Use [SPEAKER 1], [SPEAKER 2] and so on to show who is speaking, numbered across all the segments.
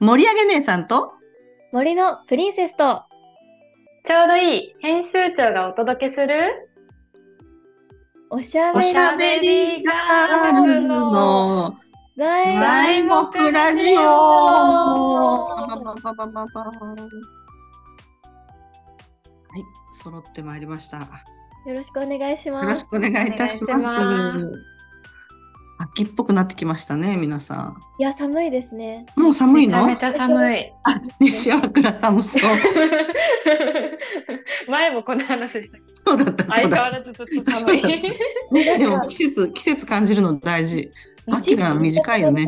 [SPEAKER 1] 盛り上げ姉さんと
[SPEAKER 2] 森のプリンセスと
[SPEAKER 3] ちょうどいい編集長がお届けする
[SPEAKER 2] おしゃ
[SPEAKER 1] お
[SPEAKER 2] べり
[SPEAKER 1] しゃべりガールズの
[SPEAKER 2] 材
[SPEAKER 1] 材木ラジオはい、揃ってまいりました。よ
[SPEAKER 2] よろしくお願いしま
[SPEAKER 1] ろ
[SPEAKER 2] す
[SPEAKER 1] し。くお願いいたし
[SPEAKER 3] お願
[SPEAKER 1] ま。
[SPEAKER 3] いします
[SPEAKER 1] 秋っぽくなってきましたね、皆さ
[SPEAKER 2] いや、寒いですね。
[SPEAKER 1] ん。もう寒い
[SPEAKER 3] めちゃ
[SPEAKER 1] の
[SPEAKER 3] めちゃ寒 い。
[SPEAKER 1] 西和倉寒そう。
[SPEAKER 3] 前もこの話した。
[SPEAKER 1] そうだった、 そ
[SPEAKER 3] 相
[SPEAKER 1] う
[SPEAKER 3] 変
[SPEAKER 1] だ
[SPEAKER 3] わ
[SPEAKER 1] っ
[SPEAKER 3] らずずっと寒い。
[SPEAKER 1] た。ね、でも季節、季節感じるの大事。秋が短いよね。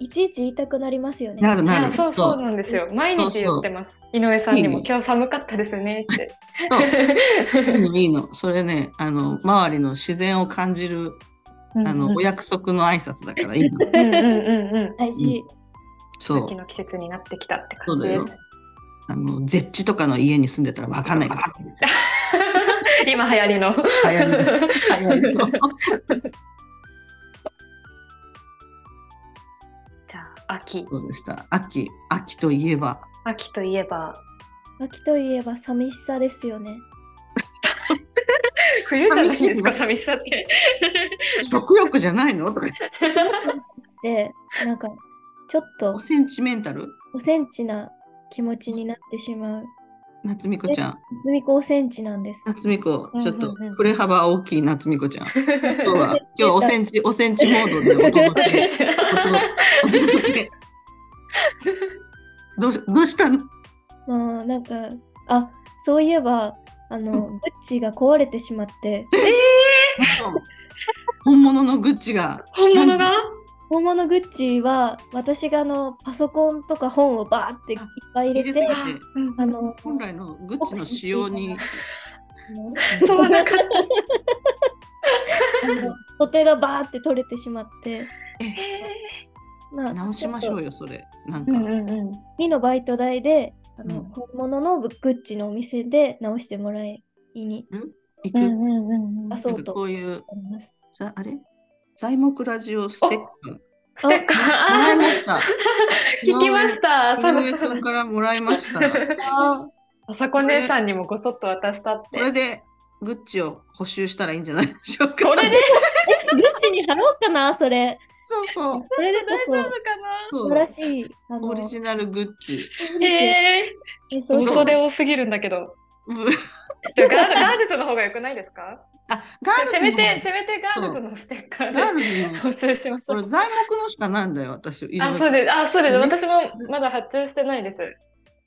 [SPEAKER 2] いちいち言いたくなりますよね。
[SPEAKER 1] なる
[SPEAKER 3] い
[SPEAKER 1] な
[SPEAKER 3] や
[SPEAKER 1] る
[SPEAKER 3] そうそうなんですよ。毎日言ってます。井上さんにも今日寒かったですねって。
[SPEAKER 1] そう。 いいの、いいの。それね、あの、周りの自然を感じる、あの、お約束の挨拶だからいいの。
[SPEAKER 3] うんうんうんうん。
[SPEAKER 2] 大事。
[SPEAKER 1] そう
[SPEAKER 3] 秋。の季節になってきたって
[SPEAKER 1] そ
[SPEAKER 3] 感
[SPEAKER 1] う
[SPEAKER 3] じ
[SPEAKER 1] だ
[SPEAKER 3] で
[SPEAKER 1] よ。あの、ゼッチとかの家に住んでたらわかんない か
[SPEAKER 3] す。今流行りの。
[SPEAKER 1] ら。流行りの流行りの
[SPEAKER 3] じゃあ秋。
[SPEAKER 1] そうでした。秋、秋といえば。
[SPEAKER 3] 秋といえば
[SPEAKER 2] 秋といえば寂しさですよね。
[SPEAKER 3] 冬じゃないですか
[SPEAKER 1] 寂
[SPEAKER 3] 寂しさって。
[SPEAKER 1] 食欲じゃないのとか。
[SPEAKER 2] で、なんか、ちょっと
[SPEAKER 1] おセンチメンタル
[SPEAKER 2] おセンチな気持ちになってしまう。
[SPEAKER 1] 夏美子ちゃん。
[SPEAKER 2] ずみこおセンチなんです。
[SPEAKER 1] 夏美子、ちょっと
[SPEAKER 3] うんうんうん
[SPEAKER 1] 振れ幅大きい夏美子ちゃん。今日 は、今日おセンチ、おセンチモードでお届け。お届けどうしどうしたの
[SPEAKER 2] まあ、なんか、あ、そういえば、あの、グッチが壊れてしまって、
[SPEAKER 1] 本物のグッチが。
[SPEAKER 3] 本物が
[SPEAKER 2] 本物グッチは私があのパソコンとか本をバーっていっぱい入れ
[SPEAKER 1] あ
[SPEAKER 2] て
[SPEAKER 1] 入れ
[SPEAKER 2] あ
[SPEAKER 1] すぎて
[SPEAKER 3] うん
[SPEAKER 2] の
[SPEAKER 1] 本来のグッチの仕様に。
[SPEAKER 3] 飛ばなかった。
[SPEAKER 2] 土手がバーって取れてしまって、まあ、
[SPEAKER 1] 直しましょう
[SPEAKER 2] よ
[SPEAKER 1] よ、それ。なん
[SPEAKER 3] う
[SPEAKER 1] か。
[SPEAKER 3] んうんうん。
[SPEAKER 2] 2のバイト代であの、
[SPEAKER 1] うん
[SPEAKER 2] 本物のグッチのお店で直してもらいに
[SPEAKER 1] 行
[SPEAKER 3] う
[SPEAKER 1] く。
[SPEAKER 3] んうんうんうん。
[SPEAKER 2] あ
[SPEAKER 3] ス
[SPEAKER 2] そ
[SPEAKER 1] な
[SPEAKER 2] うん
[SPEAKER 1] かこういう、
[SPEAKER 2] 思います。
[SPEAKER 1] ざあれ材木ラジオステッカー。も
[SPEAKER 3] テッカー
[SPEAKER 1] らいま
[SPEAKER 3] あー
[SPEAKER 1] した。
[SPEAKER 3] 聞きました。
[SPEAKER 1] 井
[SPEAKER 3] そうだ
[SPEAKER 1] 上
[SPEAKER 3] そうだ
[SPEAKER 1] くんからもらいました。
[SPEAKER 3] あさこ姉さんにもごそっと渡したっ
[SPEAKER 1] こ
[SPEAKER 3] て。
[SPEAKER 1] れでグッチを補修したらいいんじゃないでしょうか。
[SPEAKER 3] これで
[SPEAKER 2] えグッチに貼ろうかなそれ。
[SPEAKER 1] そうそう。
[SPEAKER 2] それでこそ
[SPEAKER 3] 大丈
[SPEAKER 2] 素
[SPEAKER 3] 夫かな
[SPEAKER 1] そ
[SPEAKER 2] 晴ら
[SPEAKER 1] う
[SPEAKER 2] しいあ
[SPEAKER 1] オ
[SPEAKER 2] の
[SPEAKER 1] リジナルグッチ。
[SPEAKER 3] ええ
[SPEAKER 2] 演
[SPEAKER 3] ー、
[SPEAKER 2] 奏者
[SPEAKER 3] 嘘で多すぎるんだけど。
[SPEAKER 1] うん
[SPEAKER 3] ガールガールズの方が良くないですか
[SPEAKER 1] あ、ガール
[SPEAKER 3] せ
[SPEAKER 1] ズ
[SPEAKER 3] め
[SPEAKER 1] の
[SPEAKER 3] て、せめてガールズのステッカーで
[SPEAKER 1] ガールズの
[SPEAKER 3] 募集しまし
[SPEAKER 1] こ
[SPEAKER 3] ょ
[SPEAKER 1] れ
[SPEAKER 3] う。
[SPEAKER 1] 材木のしかないんだよ、私。いろ
[SPEAKER 3] あ、
[SPEAKER 1] い
[SPEAKER 3] そう
[SPEAKER 1] ろ
[SPEAKER 3] です。あ、そうです。
[SPEAKER 1] ね
[SPEAKER 3] 私もまだ発注してないです。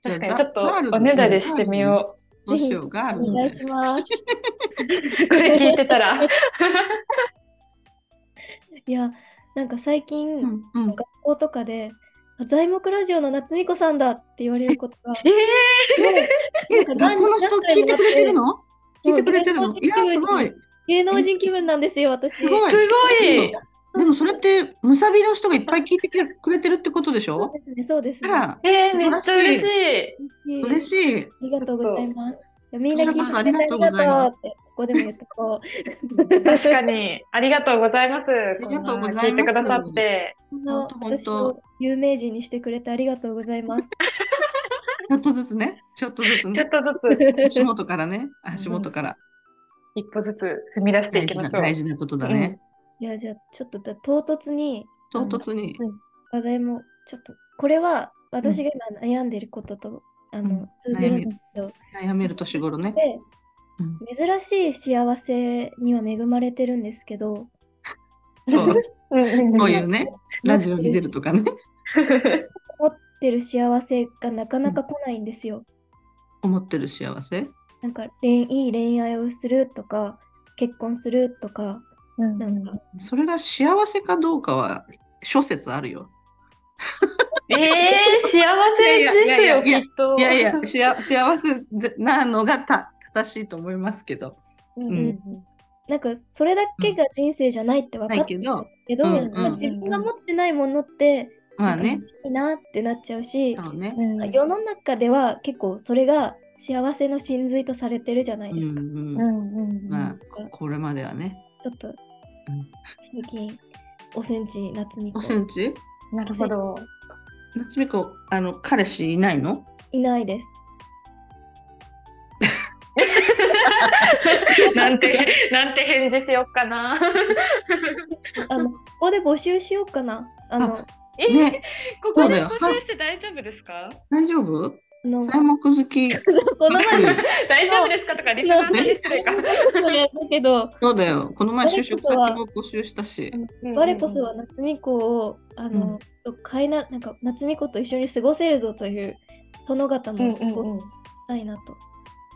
[SPEAKER 3] 確か
[SPEAKER 1] じゃ
[SPEAKER 3] に
[SPEAKER 1] あ
[SPEAKER 3] ちょっと
[SPEAKER 1] ガールズ
[SPEAKER 3] おねだりしてみよ
[SPEAKER 1] そうしよう、ガール
[SPEAKER 2] お
[SPEAKER 1] ズ
[SPEAKER 2] 願いし
[SPEAKER 1] で。
[SPEAKER 2] ます。
[SPEAKER 3] う。これ聞いてたら。
[SPEAKER 2] いやなんか最近、
[SPEAKER 1] うんうん
[SPEAKER 2] 学校とかで「材木ラジオの夏美子さんだ」って言われることが
[SPEAKER 3] ええ
[SPEAKER 1] え、学校の人聞いてくれてるの 聞いてくれてる
[SPEAKER 2] う
[SPEAKER 1] の
[SPEAKER 2] ん
[SPEAKER 1] いや、すごい。
[SPEAKER 2] 芸能人気分なんですよ私。
[SPEAKER 1] すごい
[SPEAKER 3] す。ご い。
[SPEAKER 1] でもそれって、むさびの人がいっぱい聞いてくれてるってことでし
[SPEAKER 2] そう
[SPEAKER 1] ょ
[SPEAKER 2] ですねそうです
[SPEAKER 1] あ
[SPEAKER 2] ね。
[SPEAKER 1] ら、
[SPEAKER 3] えー、
[SPEAKER 1] 素
[SPEAKER 3] め
[SPEAKER 1] 晴
[SPEAKER 3] っ
[SPEAKER 1] ら
[SPEAKER 3] ちゃ嬉
[SPEAKER 1] しい。
[SPEAKER 3] しい。
[SPEAKER 2] 嬉
[SPEAKER 1] 嬉
[SPEAKER 2] しい
[SPEAKER 1] しい。
[SPEAKER 2] ありがとうございます。みんな聞い
[SPEAKER 1] こ
[SPEAKER 2] て
[SPEAKER 1] ちらこそあ
[SPEAKER 2] く
[SPEAKER 1] り
[SPEAKER 2] れ
[SPEAKER 1] が
[SPEAKER 2] て
[SPEAKER 1] とう
[SPEAKER 2] あ
[SPEAKER 1] ございま
[SPEAKER 2] りがとうってここでも言っとこ
[SPEAKER 3] 確かに。ありがとうございます。あ
[SPEAKER 1] りがとうございます
[SPEAKER 3] 聞いてくださって。
[SPEAKER 2] う。こんな
[SPEAKER 1] ほんとほんと
[SPEAKER 2] 私を有名人にしてくれてありがとうござ います。
[SPEAKER 1] ちょっとずつね、ちょっとずつ
[SPEAKER 3] ちょっ
[SPEAKER 1] ね、
[SPEAKER 3] とずつ、
[SPEAKER 1] 足元からね、足元から
[SPEAKER 3] 一歩ずつ踏み出して
[SPEAKER 1] 大
[SPEAKER 3] いき
[SPEAKER 1] 事
[SPEAKER 3] ま
[SPEAKER 1] な
[SPEAKER 3] しょう。
[SPEAKER 1] 大事なことだね。
[SPEAKER 2] いやじゃあちょっとだ唐突に
[SPEAKER 1] 唐突に
[SPEAKER 2] うん話題もちょっとこれは私が今悩んでいることと、あの
[SPEAKER 1] うん
[SPEAKER 2] 通じるんですけど、
[SPEAKER 1] 悩める年頃ね。
[SPEAKER 2] で
[SPEAKER 1] うん
[SPEAKER 2] 珍しい幸せには恵まれてるんですけど、
[SPEAKER 1] そう
[SPEAKER 3] うんうん
[SPEAKER 1] こう
[SPEAKER 3] う
[SPEAKER 1] い
[SPEAKER 3] ん
[SPEAKER 1] うね、ラジオに出るとかね、
[SPEAKER 2] 思ってる幸せがなかなか来ないんですよ。
[SPEAKER 1] 思ってる幸せ。
[SPEAKER 2] なんか恋いい恋愛をするとか結婚するとか
[SPEAKER 3] うん
[SPEAKER 2] なんか
[SPEAKER 1] それが幸せかどうかは諸説あるよ。
[SPEAKER 3] えー、幸せですよ、
[SPEAKER 1] いやいやい
[SPEAKER 3] き
[SPEAKER 1] や
[SPEAKER 3] っと。
[SPEAKER 1] いやいや、しあ幸せなのがた正しいと思いますけど。
[SPEAKER 3] うんんうん
[SPEAKER 2] なんかそれだけが人生じゃないって分か
[SPEAKER 1] な
[SPEAKER 2] っ
[SPEAKER 1] い
[SPEAKER 2] て
[SPEAKER 1] け
[SPEAKER 2] る
[SPEAKER 1] ど、
[SPEAKER 2] けど、
[SPEAKER 1] うん
[SPEAKER 3] うん
[SPEAKER 2] まあ自分が持ってないものって
[SPEAKER 1] まあね、
[SPEAKER 2] いいなってなっちゃうし、
[SPEAKER 1] そうね。
[SPEAKER 3] うんうん
[SPEAKER 2] 世の中では結構それが幸せの真髄とされてるじゃな
[SPEAKER 1] う
[SPEAKER 2] いですか。
[SPEAKER 1] ん
[SPEAKER 3] う
[SPEAKER 1] うん。
[SPEAKER 3] んうん
[SPEAKER 1] まあ、ここれまではね。
[SPEAKER 2] ちょっと最近おセンチ夏に
[SPEAKER 1] 5センチ
[SPEAKER 3] なるほど。
[SPEAKER 1] 夏美子、あの、彼氏いないの
[SPEAKER 2] いないです。
[SPEAKER 3] なんて、なんて返事しよっかな。
[SPEAKER 2] あのここで募集しようかな。あの
[SPEAKER 3] え、
[SPEAKER 1] ね、
[SPEAKER 3] ここ
[SPEAKER 1] そうだ
[SPEAKER 3] で
[SPEAKER 1] よ
[SPEAKER 3] 募集して大丈夫ですか
[SPEAKER 1] 大丈夫
[SPEAKER 2] あの
[SPEAKER 1] 材木好き。
[SPEAKER 2] この前
[SPEAKER 3] 大丈夫ですかとか、リスナーさんに失礼か。
[SPEAKER 2] やったけど、
[SPEAKER 1] そうだよ。この前就職先も募集したし。
[SPEAKER 2] 我こそは夏美子をあの、変えななんか夏美子と一緒に過ごせるぞという殿方
[SPEAKER 3] うん
[SPEAKER 2] も
[SPEAKER 3] うんうん。
[SPEAKER 2] したいなと。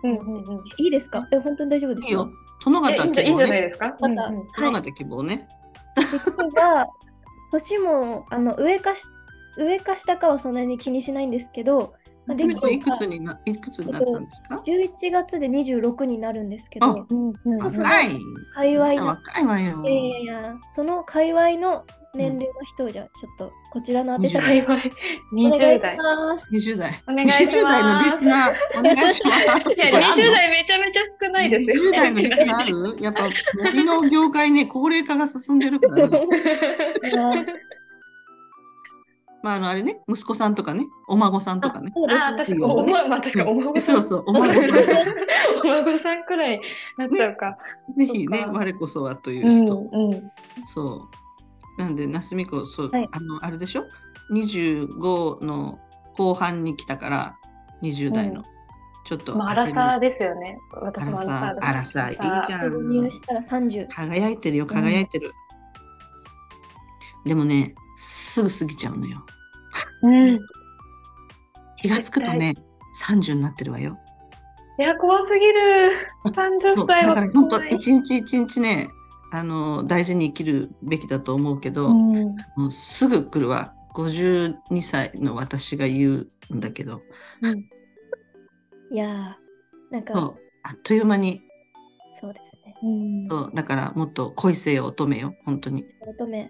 [SPEAKER 3] うんうんうん
[SPEAKER 2] いいですかえ本当に大丈夫です
[SPEAKER 1] い
[SPEAKER 2] か
[SPEAKER 1] いよ。殿
[SPEAKER 3] いや
[SPEAKER 1] 方
[SPEAKER 3] いいんじ
[SPEAKER 1] 希
[SPEAKER 3] ゃいいん
[SPEAKER 1] 望
[SPEAKER 3] じゃない
[SPEAKER 1] ね。
[SPEAKER 3] ですか。
[SPEAKER 2] また
[SPEAKER 3] うんうん
[SPEAKER 1] 殿方希望ね。
[SPEAKER 2] できれば年もあの上かし上か下かはそんなに気にしないんですけど、まあ、で
[SPEAKER 1] 夏美
[SPEAKER 2] き
[SPEAKER 1] 子
[SPEAKER 2] れ
[SPEAKER 1] いく
[SPEAKER 2] ば
[SPEAKER 1] つにな、いくつになったんですか
[SPEAKER 2] 11月で26になるんですけ
[SPEAKER 1] あ
[SPEAKER 2] ど、
[SPEAKER 3] うんうん
[SPEAKER 2] そう
[SPEAKER 1] 若い。
[SPEAKER 2] 界隈の、
[SPEAKER 1] 若いわよ
[SPEAKER 2] い。やいやいや、その界隈の年齢の人をじゃあちょっとこちらの宛
[SPEAKER 1] は
[SPEAKER 2] 先
[SPEAKER 1] い
[SPEAKER 2] に
[SPEAKER 3] 幸
[SPEAKER 2] お願い
[SPEAKER 3] い20
[SPEAKER 2] し
[SPEAKER 3] 代。
[SPEAKER 2] ます。
[SPEAKER 1] 20代。
[SPEAKER 3] お願いします
[SPEAKER 1] 20代のリスナー、お願いします。
[SPEAKER 3] いや、
[SPEAKER 1] これあんの
[SPEAKER 3] 20代めちゃめちゃ少ないですよ。
[SPEAKER 1] 20代のリスナーあるやっぱ、森の業界ね、高齢化が進んでるからね。まあ、あの、あれね、息子さんとかね、お孫さんとかね。
[SPEAKER 2] そうで
[SPEAKER 3] あ
[SPEAKER 2] す
[SPEAKER 3] あ、
[SPEAKER 2] ね
[SPEAKER 3] 確かに、おま、まあ、確かに、お
[SPEAKER 1] う
[SPEAKER 3] 孫
[SPEAKER 1] ん
[SPEAKER 3] さん。
[SPEAKER 1] そうそう、お 孫さん。ぜ
[SPEAKER 3] お孫さんくらいなっちゃうか。
[SPEAKER 1] ひね
[SPEAKER 3] そっ、か、
[SPEAKER 1] 我こそはといううん人。
[SPEAKER 3] うん。
[SPEAKER 1] そう。なんで、なすみこ、そう、
[SPEAKER 2] はい
[SPEAKER 1] あの、あれでしょ ?25 の後半に来たから、20代の。
[SPEAKER 3] うん
[SPEAKER 1] ちょっと
[SPEAKER 3] まあ、アラ
[SPEAKER 1] 焦
[SPEAKER 3] サ
[SPEAKER 1] り、
[SPEAKER 3] ーですよね。私もアラサーだ
[SPEAKER 1] アラサーアラサーいいじゃん
[SPEAKER 2] 購入したら30。
[SPEAKER 1] 輝いてるよ、輝いてる。でもね、すぐ過ぎちゃうのよ。
[SPEAKER 3] うん。い
[SPEAKER 1] 気がつくとね、30になってるわよ。
[SPEAKER 3] や、怖すぎる。
[SPEAKER 1] そう
[SPEAKER 3] 30
[SPEAKER 1] だ
[SPEAKER 3] 歳は
[SPEAKER 1] から本当
[SPEAKER 3] 怖い。
[SPEAKER 1] 一日一日ねあの大事に生きるべきだと思うけど、
[SPEAKER 3] うん
[SPEAKER 1] もうすぐ来るわ52歳の私が言うんだけど
[SPEAKER 2] いやー、なん
[SPEAKER 1] そ
[SPEAKER 2] か
[SPEAKER 1] うあっという間に
[SPEAKER 2] そうですね。
[SPEAKER 3] うん
[SPEAKER 1] そうだからもっと恋せよ乙女よ本当に、
[SPEAKER 2] 乙女、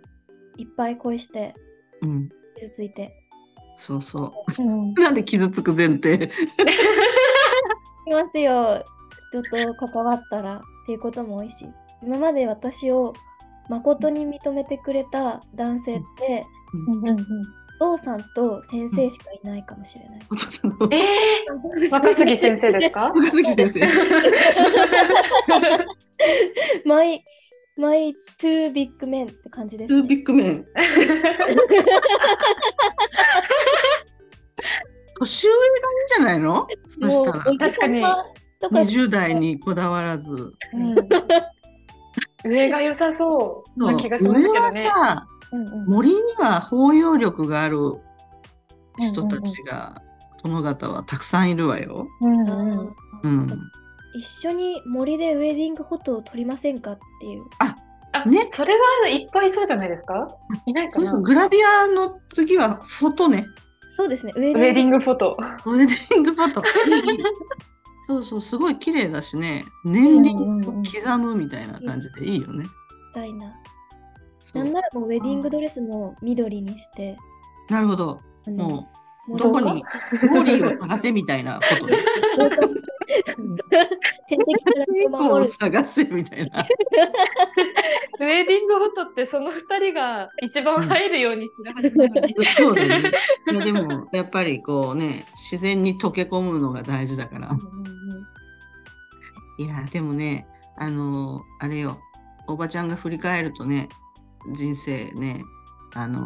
[SPEAKER 2] いっぱい恋して、
[SPEAKER 1] うん、
[SPEAKER 2] 傷ついて。
[SPEAKER 1] そうそ
[SPEAKER 3] うん
[SPEAKER 1] う なんで傷つく前 提
[SPEAKER 2] いますよ、人と関わったらっていうことも多いし、今まで私を誠に認めてくれた男性って、
[SPEAKER 3] うんうん
[SPEAKER 2] お父さんと先生しかいないかもしれない。
[SPEAKER 1] お父さんの
[SPEAKER 3] え えー、若杉先生ですか
[SPEAKER 1] 若杉先生
[SPEAKER 2] my, my two big men って感じで
[SPEAKER 1] トゥ
[SPEAKER 2] す、
[SPEAKER 1] ー
[SPEAKER 2] ね。
[SPEAKER 1] ビッグメ ン年上がいいんじゃないのそしたら
[SPEAKER 2] おじさんはとか
[SPEAKER 1] 20代にこだわらず。
[SPEAKER 3] うん上が良さそ
[SPEAKER 1] そ
[SPEAKER 3] う
[SPEAKER 1] う
[SPEAKER 3] な気がします
[SPEAKER 1] 俺
[SPEAKER 3] けど
[SPEAKER 1] は
[SPEAKER 3] ね。
[SPEAKER 1] さ
[SPEAKER 3] うんうん
[SPEAKER 1] 森には包容力がある人たちが、殿方はたくさんいるわよ。
[SPEAKER 3] うんうん
[SPEAKER 1] う
[SPEAKER 2] あ
[SPEAKER 1] ん、
[SPEAKER 2] 一緒に森でウェディングフォトを撮りませんかっていう。
[SPEAKER 3] あ、
[SPEAKER 1] ね
[SPEAKER 3] それはいっぱいいそうじゃないですかいないか
[SPEAKER 1] そう
[SPEAKER 3] な
[SPEAKER 1] そうグラビアの次はフォトね。
[SPEAKER 2] そうですね、ウェディン
[SPEAKER 3] ウ
[SPEAKER 2] グ
[SPEAKER 3] ェディングフォト。
[SPEAKER 1] ウェディングフォト。そうそうすごい綺麗だしね年輪
[SPEAKER 3] うんうんう
[SPEAKER 1] を
[SPEAKER 3] ん
[SPEAKER 1] 刻むみたいな感じでいいよね。
[SPEAKER 2] みたいな。
[SPEAKER 1] そ
[SPEAKER 2] な
[SPEAKER 1] うん
[SPEAKER 2] ならもうウェディングドレスも緑にして。
[SPEAKER 1] なるほど。
[SPEAKER 2] あの
[SPEAKER 1] もう
[SPEAKER 2] もう
[SPEAKER 1] どこ
[SPEAKER 3] どこ
[SPEAKER 1] にモーリーを探せみたいな ことね。
[SPEAKER 2] 天敵から
[SPEAKER 1] ミ
[SPEAKER 2] 身
[SPEAKER 1] コ
[SPEAKER 2] を
[SPEAKER 1] を
[SPEAKER 2] 守る。
[SPEAKER 1] 探せみたい な。
[SPEAKER 3] ウェディングフォトってその二人が一番入るようにしなはずなのに。
[SPEAKER 1] そうだね。いやでもやっぱりこうね自然に溶け込むのが大事だから。いやでもねあのあれよおばちゃんが振り返るとね人生ねあの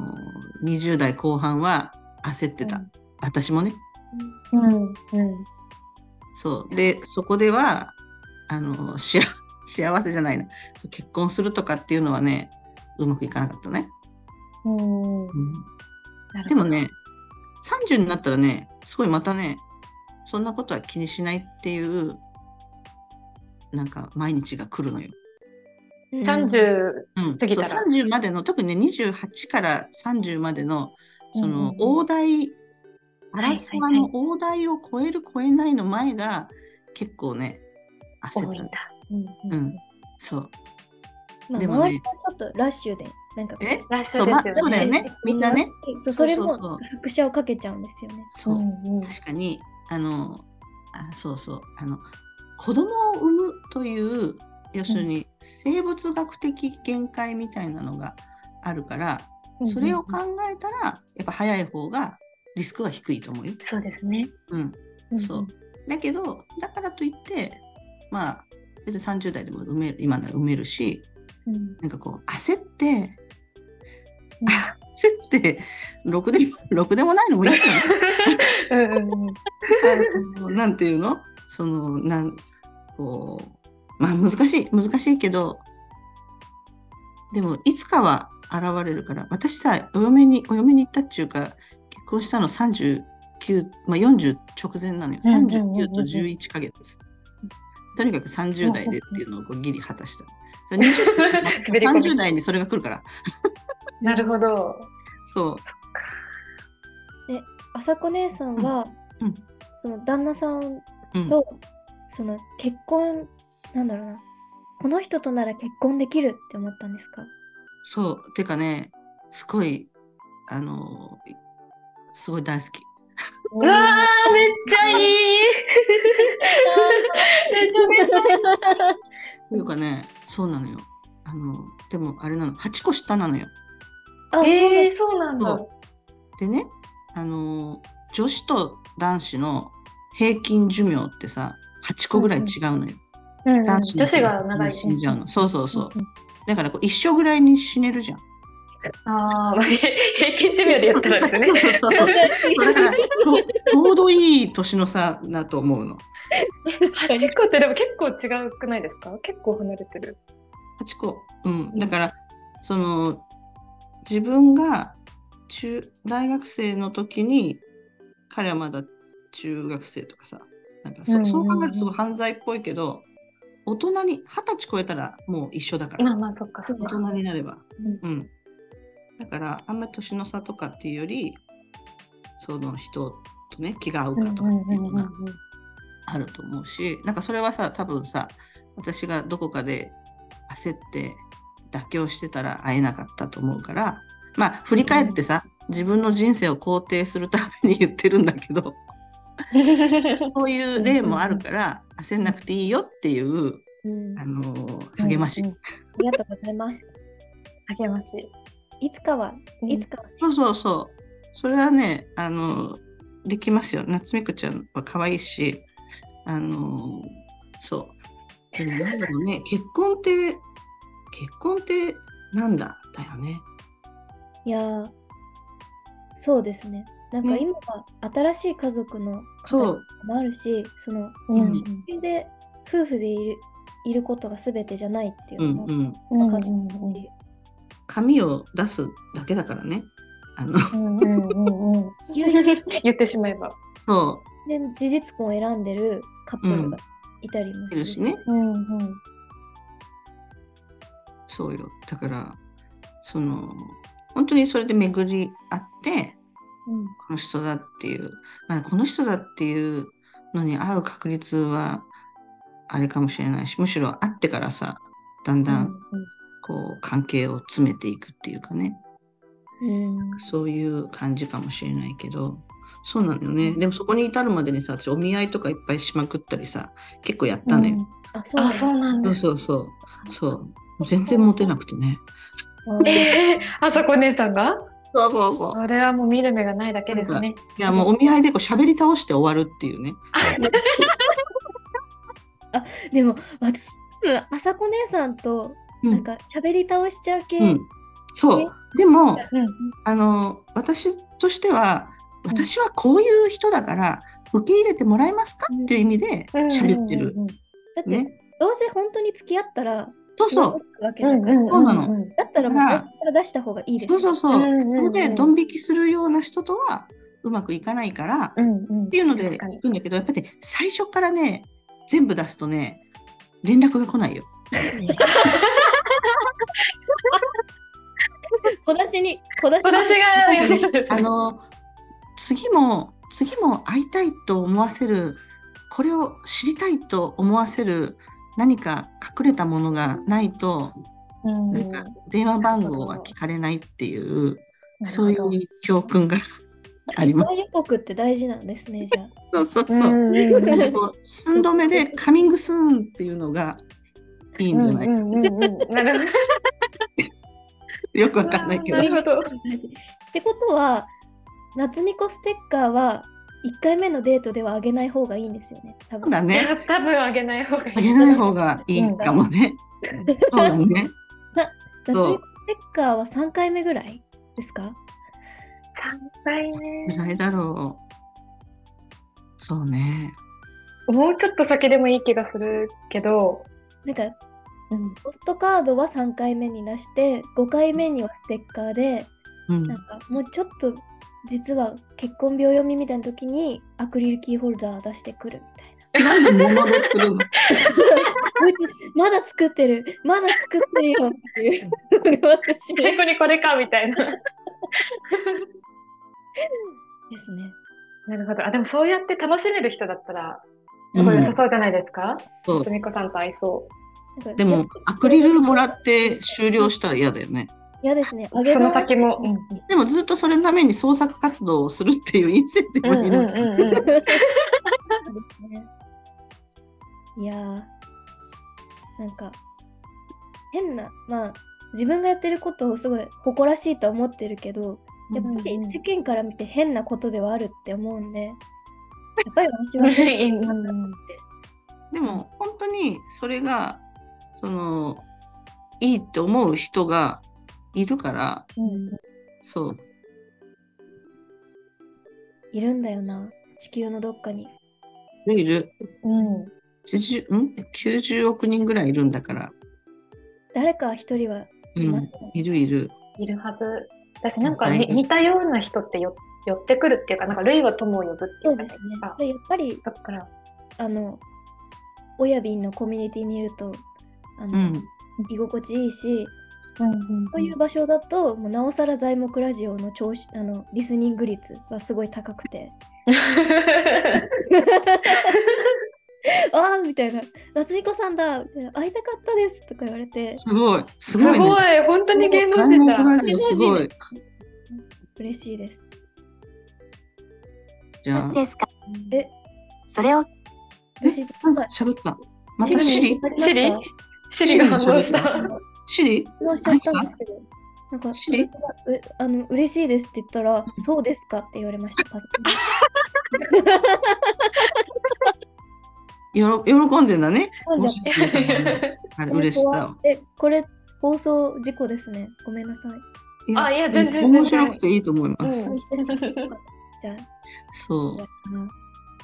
[SPEAKER 1] 20代後半は焦ってた、
[SPEAKER 3] うん
[SPEAKER 1] 私もね
[SPEAKER 3] うんうん
[SPEAKER 1] そうでそこではあ の幸幸せじゃないなそう結婚するとかっていうのはねうまくいかなかったね、
[SPEAKER 3] う
[SPEAKER 1] う
[SPEAKER 3] ん
[SPEAKER 1] ん
[SPEAKER 3] なる
[SPEAKER 1] で
[SPEAKER 3] ほ
[SPEAKER 1] も
[SPEAKER 3] ど
[SPEAKER 1] ね、30になったらね、すごいまたね、そんなことは気にしないっていう、なんか毎日が来るのよ。
[SPEAKER 2] うん
[SPEAKER 3] 30
[SPEAKER 1] うん、
[SPEAKER 3] 過ぎたら
[SPEAKER 1] そう30までの、特にね、28から30までの、その
[SPEAKER 3] うんうん
[SPEAKER 1] 大台、アラスカ
[SPEAKER 3] はいはいは
[SPEAKER 1] の大台を超える超えないの前が結構ね、焦
[SPEAKER 3] 多
[SPEAKER 1] っ
[SPEAKER 3] い
[SPEAKER 1] た
[SPEAKER 3] んだ
[SPEAKER 1] の。。
[SPEAKER 3] うん
[SPEAKER 1] うん、そう。
[SPEAKER 2] まあ、
[SPEAKER 1] でもね
[SPEAKER 2] 周りはちょっとラッシュで、なんかこう
[SPEAKER 1] え
[SPEAKER 3] ラッシ
[SPEAKER 1] そう,、
[SPEAKER 3] ュ
[SPEAKER 1] ま、
[SPEAKER 3] です
[SPEAKER 1] そ
[SPEAKER 3] よ
[SPEAKER 1] うだよ
[SPEAKER 3] ね。
[SPEAKER 1] ね。みんなね。。
[SPEAKER 2] そうそれ
[SPEAKER 1] そうそうそ
[SPEAKER 2] も
[SPEAKER 1] う
[SPEAKER 2] 拍車をかけちゃうんですよね。
[SPEAKER 1] そう。
[SPEAKER 3] んうん
[SPEAKER 1] 確かにあのあそうそうあの子供を産むという要するに生物学的限界みたいなのがあるから、それを考えたらやっぱ早い方がリスクは低いと思うよ。
[SPEAKER 3] そうですね。
[SPEAKER 1] うん、
[SPEAKER 3] ん
[SPEAKER 1] そう。だけどだからといってまあ別に30代でも埋める今なら埋めるし
[SPEAKER 3] うん
[SPEAKER 1] なんかこう焦って
[SPEAKER 3] うん
[SPEAKER 1] 焦ってろくでろくでもないのもいいかな。
[SPEAKER 3] うんうんうん
[SPEAKER 1] あのなんていうのそのなんこうまあ難しい難しいけどでもいつかは現れるから私さお嫁にお嫁に行ったっちゅうか結婚したの39、まあ、40直前なのよ
[SPEAKER 3] うんうんうんうん
[SPEAKER 1] 39と11ヶ月とにかく30代でっていうのをこうギリ果たしたそれ20
[SPEAKER 3] 滑り込み
[SPEAKER 1] 30代にそれが来るから
[SPEAKER 3] なるほど。
[SPEAKER 1] そう
[SPEAKER 2] あさこ姉さんは、
[SPEAKER 1] うんうん
[SPEAKER 2] その旦那さん
[SPEAKER 1] うん
[SPEAKER 2] と、その結婚なんだろうなこの人となら結婚できるって思ったんですか
[SPEAKER 1] そうてかねすごいあのすごい大好き
[SPEAKER 3] うわー、めっち ゃいい。めちゃめちゃ
[SPEAKER 1] というかね、そうなのよ。あの、でもあれなの、8個下なのよ。
[SPEAKER 2] あ、
[SPEAKER 3] えー、そうなんだ。
[SPEAKER 1] でね、あの、女子と男子の平均寿命ってさ、8個ぐらい違うのよ。
[SPEAKER 3] うんうん
[SPEAKER 1] 男子
[SPEAKER 3] 女子が長い。
[SPEAKER 1] 死んじゃうの。そうそうそう
[SPEAKER 2] うん。
[SPEAKER 1] だからこう一生ぐらいに死ねるじゃん。
[SPEAKER 3] ああ、まあへ平均寿命でやったらですね。
[SPEAKER 1] そうそうそう。だからちょちょうどいい年の差だと思うの。
[SPEAKER 3] 8個ってでも結構違うくないですか結構離れてる。
[SPEAKER 1] 8個。うん。だから、その、自分が中、大学生の時に、彼はまだ中学生とかさ、なんかそ,、
[SPEAKER 3] うん
[SPEAKER 1] う
[SPEAKER 3] うんうん
[SPEAKER 1] そう考えるとすごい犯罪っぽいけど、大人に、二十歳超えたらもう一緒だから、
[SPEAKER 3] まあまあ、そっか、そっ
[SPEAKER 1] 大
[SPEAKER 3] か。
[SPEAKER 1] 人になれば。
[SPEAKER 3] うん
[SPEAKER 1] うん。だから、あんまり年の差とかっていうより、その人とね、気が合うかとかっていうのがあると思うしなんかそれはさ多分さ私がどこかで焦って妥協してたら会えなかったと思うからまあ振り返ってさ、自分の人生を肯定するために言ってるんだけどそういう例もあるから焦んなくていいよっていう、
[SPEAKER 2] うん
[SPEAKER 1] あのー励まし、
[SPEAKER 3] うんうん
[SPEAKER 2] ありがとうございます。
[SPEAKER 3] 励まし。
[SPEAKER 2] いつかは、
[SPEAKER 3] うん
[SPEAKER 2] いつかは、
[SPEAKER 1] そうそうそうそれはねあのーできますよ夏美くちゃんは可愛いしあのーそうでもなんだろうね、結婚って、結婚ってなんだだよね。
[SPEAKER 2] いやー、そうですね。なんか
[SPEAKER 1] ね
[SPEAKER 2] 今は新しい家族の
[SPEAKER 1] そ
[SPEAKER 2] 方
[SPEAKER 1] う、
[SPEAKER 2] もあるし、その、
[SPEAKER 1] うん
[SPEAKER 2] 自分で夫婦でいるいることが全てじゃないっていう
[SPEAKER 1] う
[SPEAKER 2] の
[SPEAKER 1] ん
[SPEAKER 2] も
[SPEAKER 1] うん。
[SPEAKER 3] うん
[SPEAKER 2] 分かるし、
[SPEAKER 1] 紙を出すだけだからね。あの、
[SPEAKER 3] うんうんうんうん
[SPEAKER 2] 友人
[SPEAKER 3] 言ってしまえば。
[SPEAKER 1] そ
[SPEAKER 2] で事実婚を選んでるカップルがいたりも
[SPEAKER 1] う、
[SPEAKER 2] す
[SPEAKER 1] いる
[SPEAKER 2] る
[SPEAKER 1] しね。。
[SPEAKER 3] うんうん
[SPEAKER 1] そうよ。だから、その、本当にそれで巡り合って、
[SPEAKER 2] うん
[SPEAKER 1] この人だっていう、まあ、この人だっていうのに会う確率は、あれかもしれないし、むしろ会ってからさ、だんだん、こう、関係を詰めていくっていうかね。
[SPEAKER 2] うん
[SPEAKER 1] そういう感じかもしれないけど、そうなのよね。でもそこに至るまでにさ、私お見合いとかいっぱいしまくったりさ、結構やったのよ。
[SPEAKER 2] あ、そう
[SPEAKER 3] あ、
[SPEAKER 2] なんだ
[SPEAKER 3] そう
[SPEAKER 1] そ
[SPEAKER 3] なんで
[SPEAKER 1] う
[SPEAKER 3] す。
[SPEAKER 1] そうそう。そう。全然モテなくてね。
[SPEAKER 2] うん
[SPEAKER 3] えー、あそこ姉さんが
[SPEAKER 1] そうそうそ。
[SPEAKER 3] それはもう見る目がないだけですね。
[SPEAKER 1] いや、もうお見合いでこう喋り倒して終わるっていうね。
[SPEAKER 2] でも私、あさこ姉さんと
[SPEAKER 1] うん
[SPEAKER 2] なんか喋り倒しちゃう系、
[SPEAKER 1] うん。そ
[SPEAKER 2] え
[SPEAKER 1] う。でも、
[SPEAKER 3] うん
[SPEAKER 1] あの、私としては、私はこういう人だから、受け入れてもらえますかっていう意味で喋ってる。。
[SPEAKER 2] だって、
[SPEAKER 1] ね。
[SPEAKER 2] どうせ本当に付き合ったら
[SPEAKER 1] そうそう。
[SPEAKER 2] うわけ
[SPEAKER 3] うん
[SPEAKER 2] だ
[SPEAKER 3] うん
[SPEAKER 2] か
[SPEAKER 1] そ
[SPEAKER 2] ら、
[SPEAKER 1] うなの
[SPEAKER 3] んん
[SPEAKER 2] だったらもう
[SPEAKER 1] だから
[SPEAKER 2] 最初から出した方がいいです
[SPEAKER 1] そ
[SPEAKER 2] よ
[SPEAKER 1] うそうそう。
[SPEAKER 3] うんうんうん
[SPEAKER 1] それで、ドン引きするような人とはうまくいかないから、
[SPEAKER 3] う
[SPEAKER 1] っ
[SPEAKER 3] んうん。って
[SPEAKER 1] いうので行くんだけど、やっぱりね最初からね、全部出すとね、連絡が来ないよ。
[SPEAKER 2] 小出しに小出し
[SPEAKER 3] 私が
[SPEAKER 1] あの、次も、次も会いたいと思わせる、これを知りたいと思わせる、何か隠れたものがないと、
[SPEAKER 3] うん
[SPEAKER 1] なんか電話番号は聞かれないっていう、そうい
[SPEAKER 3] なるほど
[SPEAKER 1] う教訓があり
[SPEAKER 2] 次
[SPEAKER 1] ます。
[SPEAKER 2] 回予告って大事なんですねじゃあ
[SPEAKER 1] そうそうそうう。
[SPEAKER 3] んうんうん
[SPEAKER 1] なんかこう寸止めでカミングスーンっていうのがいいんじゃない、
[SPEAKER 3] うんうんうんうんなる
[SPEAKER 1] よくわかんないけど
[SPEAKER 3] な。るほど。
[SPEAKER 2] ってことは夏みこステッカーは1回目のデートではあげない方がいいんですよね。多
[SPEAKER 1] そうだ
[SPEAKER 2] 分
[SPEAKER 3] い
[SPEAKER 1] ね。
[SPEAKER 3] や多分あげない方がいい。
[SPEAKER 1] あげない方がいいかもね。そうだね。
[SPEAKER 2] 夏み
[SPEAKER 1] そう
[SPEAKER 2] こステッカーは3回目ぐらいですか
[SPEAKER 3] 乾杯ね
[SPEAKER 1] ぐらいだろう。そうね。
[SPEAKER 3] もうちょっと先でもいい気がするけど、
[SPEAKER 2] なんか
[SPEAKER 3] うん、
[SPEAKER 2] ポストカードは3回目に出して5回目にはステッカーで
[SPEAKER 1] うん
[SPEAKER 2] なんかもうちょっと実は結婚秒読みみたいな時にアクリルキーホルダー出してくるみたいな。
[SPEAKER 1] なんで物で釣るの
[SPEAKER 2] まだ作ってるまだ作ってるよっていう 私
[SPEAKER 3] 最後にこれかみたいな。
[SPEAKER 2] ですね。
[SPEAKER 3] なるほど。あ、でもそうやって楽しめる人だったら、
[SPEAKER 1] う
[SPEAKER 3] 良
[SPEAKER 1] ん
[SPEAKER 3] さそうじゃないですか。
[SPEAKER 1] そう
[SPEAKER 3] すみこさんと合いそ
[SPEAKER 2] なんか
[SPEAKER 1] でもアクリルもらって終了したら嫌だよね。
[SPEAKER 2] 嫌ですね。あ
[SPEAKER 3] う。
[SPEAKER 2] げ
[SPEAKER 3] そ
[SPEAKER 2] ざ
[SPEAKER 3] の
[SPEAKER 2] ま
[SPEAKER 3] 先も。うん
[SPEAKER 1] でもずっとそれのために創作活動をするっていうインセンティ
[SPEAKER 3] う
[SPEAKER 1] ブ
[SPEAKER 3] ん
[SPEAKER 1] にな
[SPEAKER 3] うんう
[SPEAKER 1] って
[SPEAKER 3] んうん。
[SPEAKER 2] ですね。いやー、なんか、変な、まあ、自分がやってることをすごい誇らしいと思ってるけど、やっぱり
[SPEAKER 3] うんうん
[SPEAKER 2] 世間から見て変なことではあるって思うん で、やっぱり私は変
[SPEAKER 3] いいなんだうん
[SPEAKER 1] でも本当にそれがそのいいって思う人がいるからそう
[SPEAKER 2] いるんだよな、地球のどっかに。
[SPEAKER 1] いるいる
[SPEAKER 3] うん。
[SPEAKER 1] 80ん90億人ぐらいいるんだから、
[SPEAKER 2] 誰か一人は
[SPEAKER 1] う
[SPEAKER 2] います
[SPEAKER 1] ん、
[SPEAKER 2] よね。
[SPEAKER 1] いるいる
[SPEAKER 3] いるはず。だってなんか
[SPEAKER 1] はい
[SPEAKER 3] に似たような人ってよ寄ってくるっていうか、なんか類は友を呼ぶって
[SPEAKER 2] そ
[SPEAKER 3] いうう
[SPEAKER 2] で
[SPEAKER 3] か
[SPEAKER 2] すね
[SPEAKER 3] なんか。
[SPEAKER 2] でやっぱり、
[SPEAKER 3] だから、
[SPEAKER 2] あの、親便のコミュニティにいると、あ
[SPEAKER 1] う
[SPEAKER 2] の、
[SPEAKER 1] ん
[SPEAKER 2] 居心地いいし、
[SPEAKER 3] うんうん
[SPEAKER 2] そういう場所だと、もうなおさら材木ラジオの聴取あのリスニング率はすごい高くて、 ああみたいな、夏美子さんだみたいな、会いたかったですとか言われて、
[SPEAKER 1] すごいす
[SPEAKER 3] す
[SPEAKER 1] ごいね
[SPEAKER 3] ごい、本当に芸能
[SPEAKER 1] ダイ
[SPEAKER 3] 人
[SPEAKER 1] モンドラ
[SPEAKER 3] だ。
[SPEAKER 1] ジオすごい
[SPEAKER 2] 嬉しいです。
[SPEAKER 1] じゃあ
[SPEAKER 4] ですか
[SPEAKER 2] え
[SPEAKER 4] それを
[SPEAKER 2] 私、
[SPEAKER 1] なんか喋ったまたシ
[SPEAKER 2] シ
[SPEAKER 1] リ
[SPEAKER 2] リ
[SPEAKER 3] シリシリが反応し
[SPEAKER 1] シリ
[SPEAKER 3] た。
[SPEAKER 1] シリ
[SPEAKER 2] 質問しちゃったんですけど、なんか、
[SPEAKER 1] シリ
[SPEAKER 2] 私がうあの嬉しいですって言ったら、そうですかって言われました、パソコンで
[SPEAKER 1] よろ喜んでんだね
[SPEAKER 2] なん
[SPEAKER 1] も
[SPEAKER 2] だ
[SPEAKER 1] しすみさんがねあれ嬉しさを
[SPEAKER 2] え、これ、放送事故ですね。ごめんなさい。
[SPEAKER 1] い
[SPEAKER 3] あ、いや、全然。
[SPEAKER 1] 面白くていいと思いま
[SPEAKER 3] 全
[SPEAKER 1] す、
[SPEAKER 3] 然。 うん
[SPEAKER 2] じゃ
[SPEAKER 1] そ
[SPEAKER 2] あ、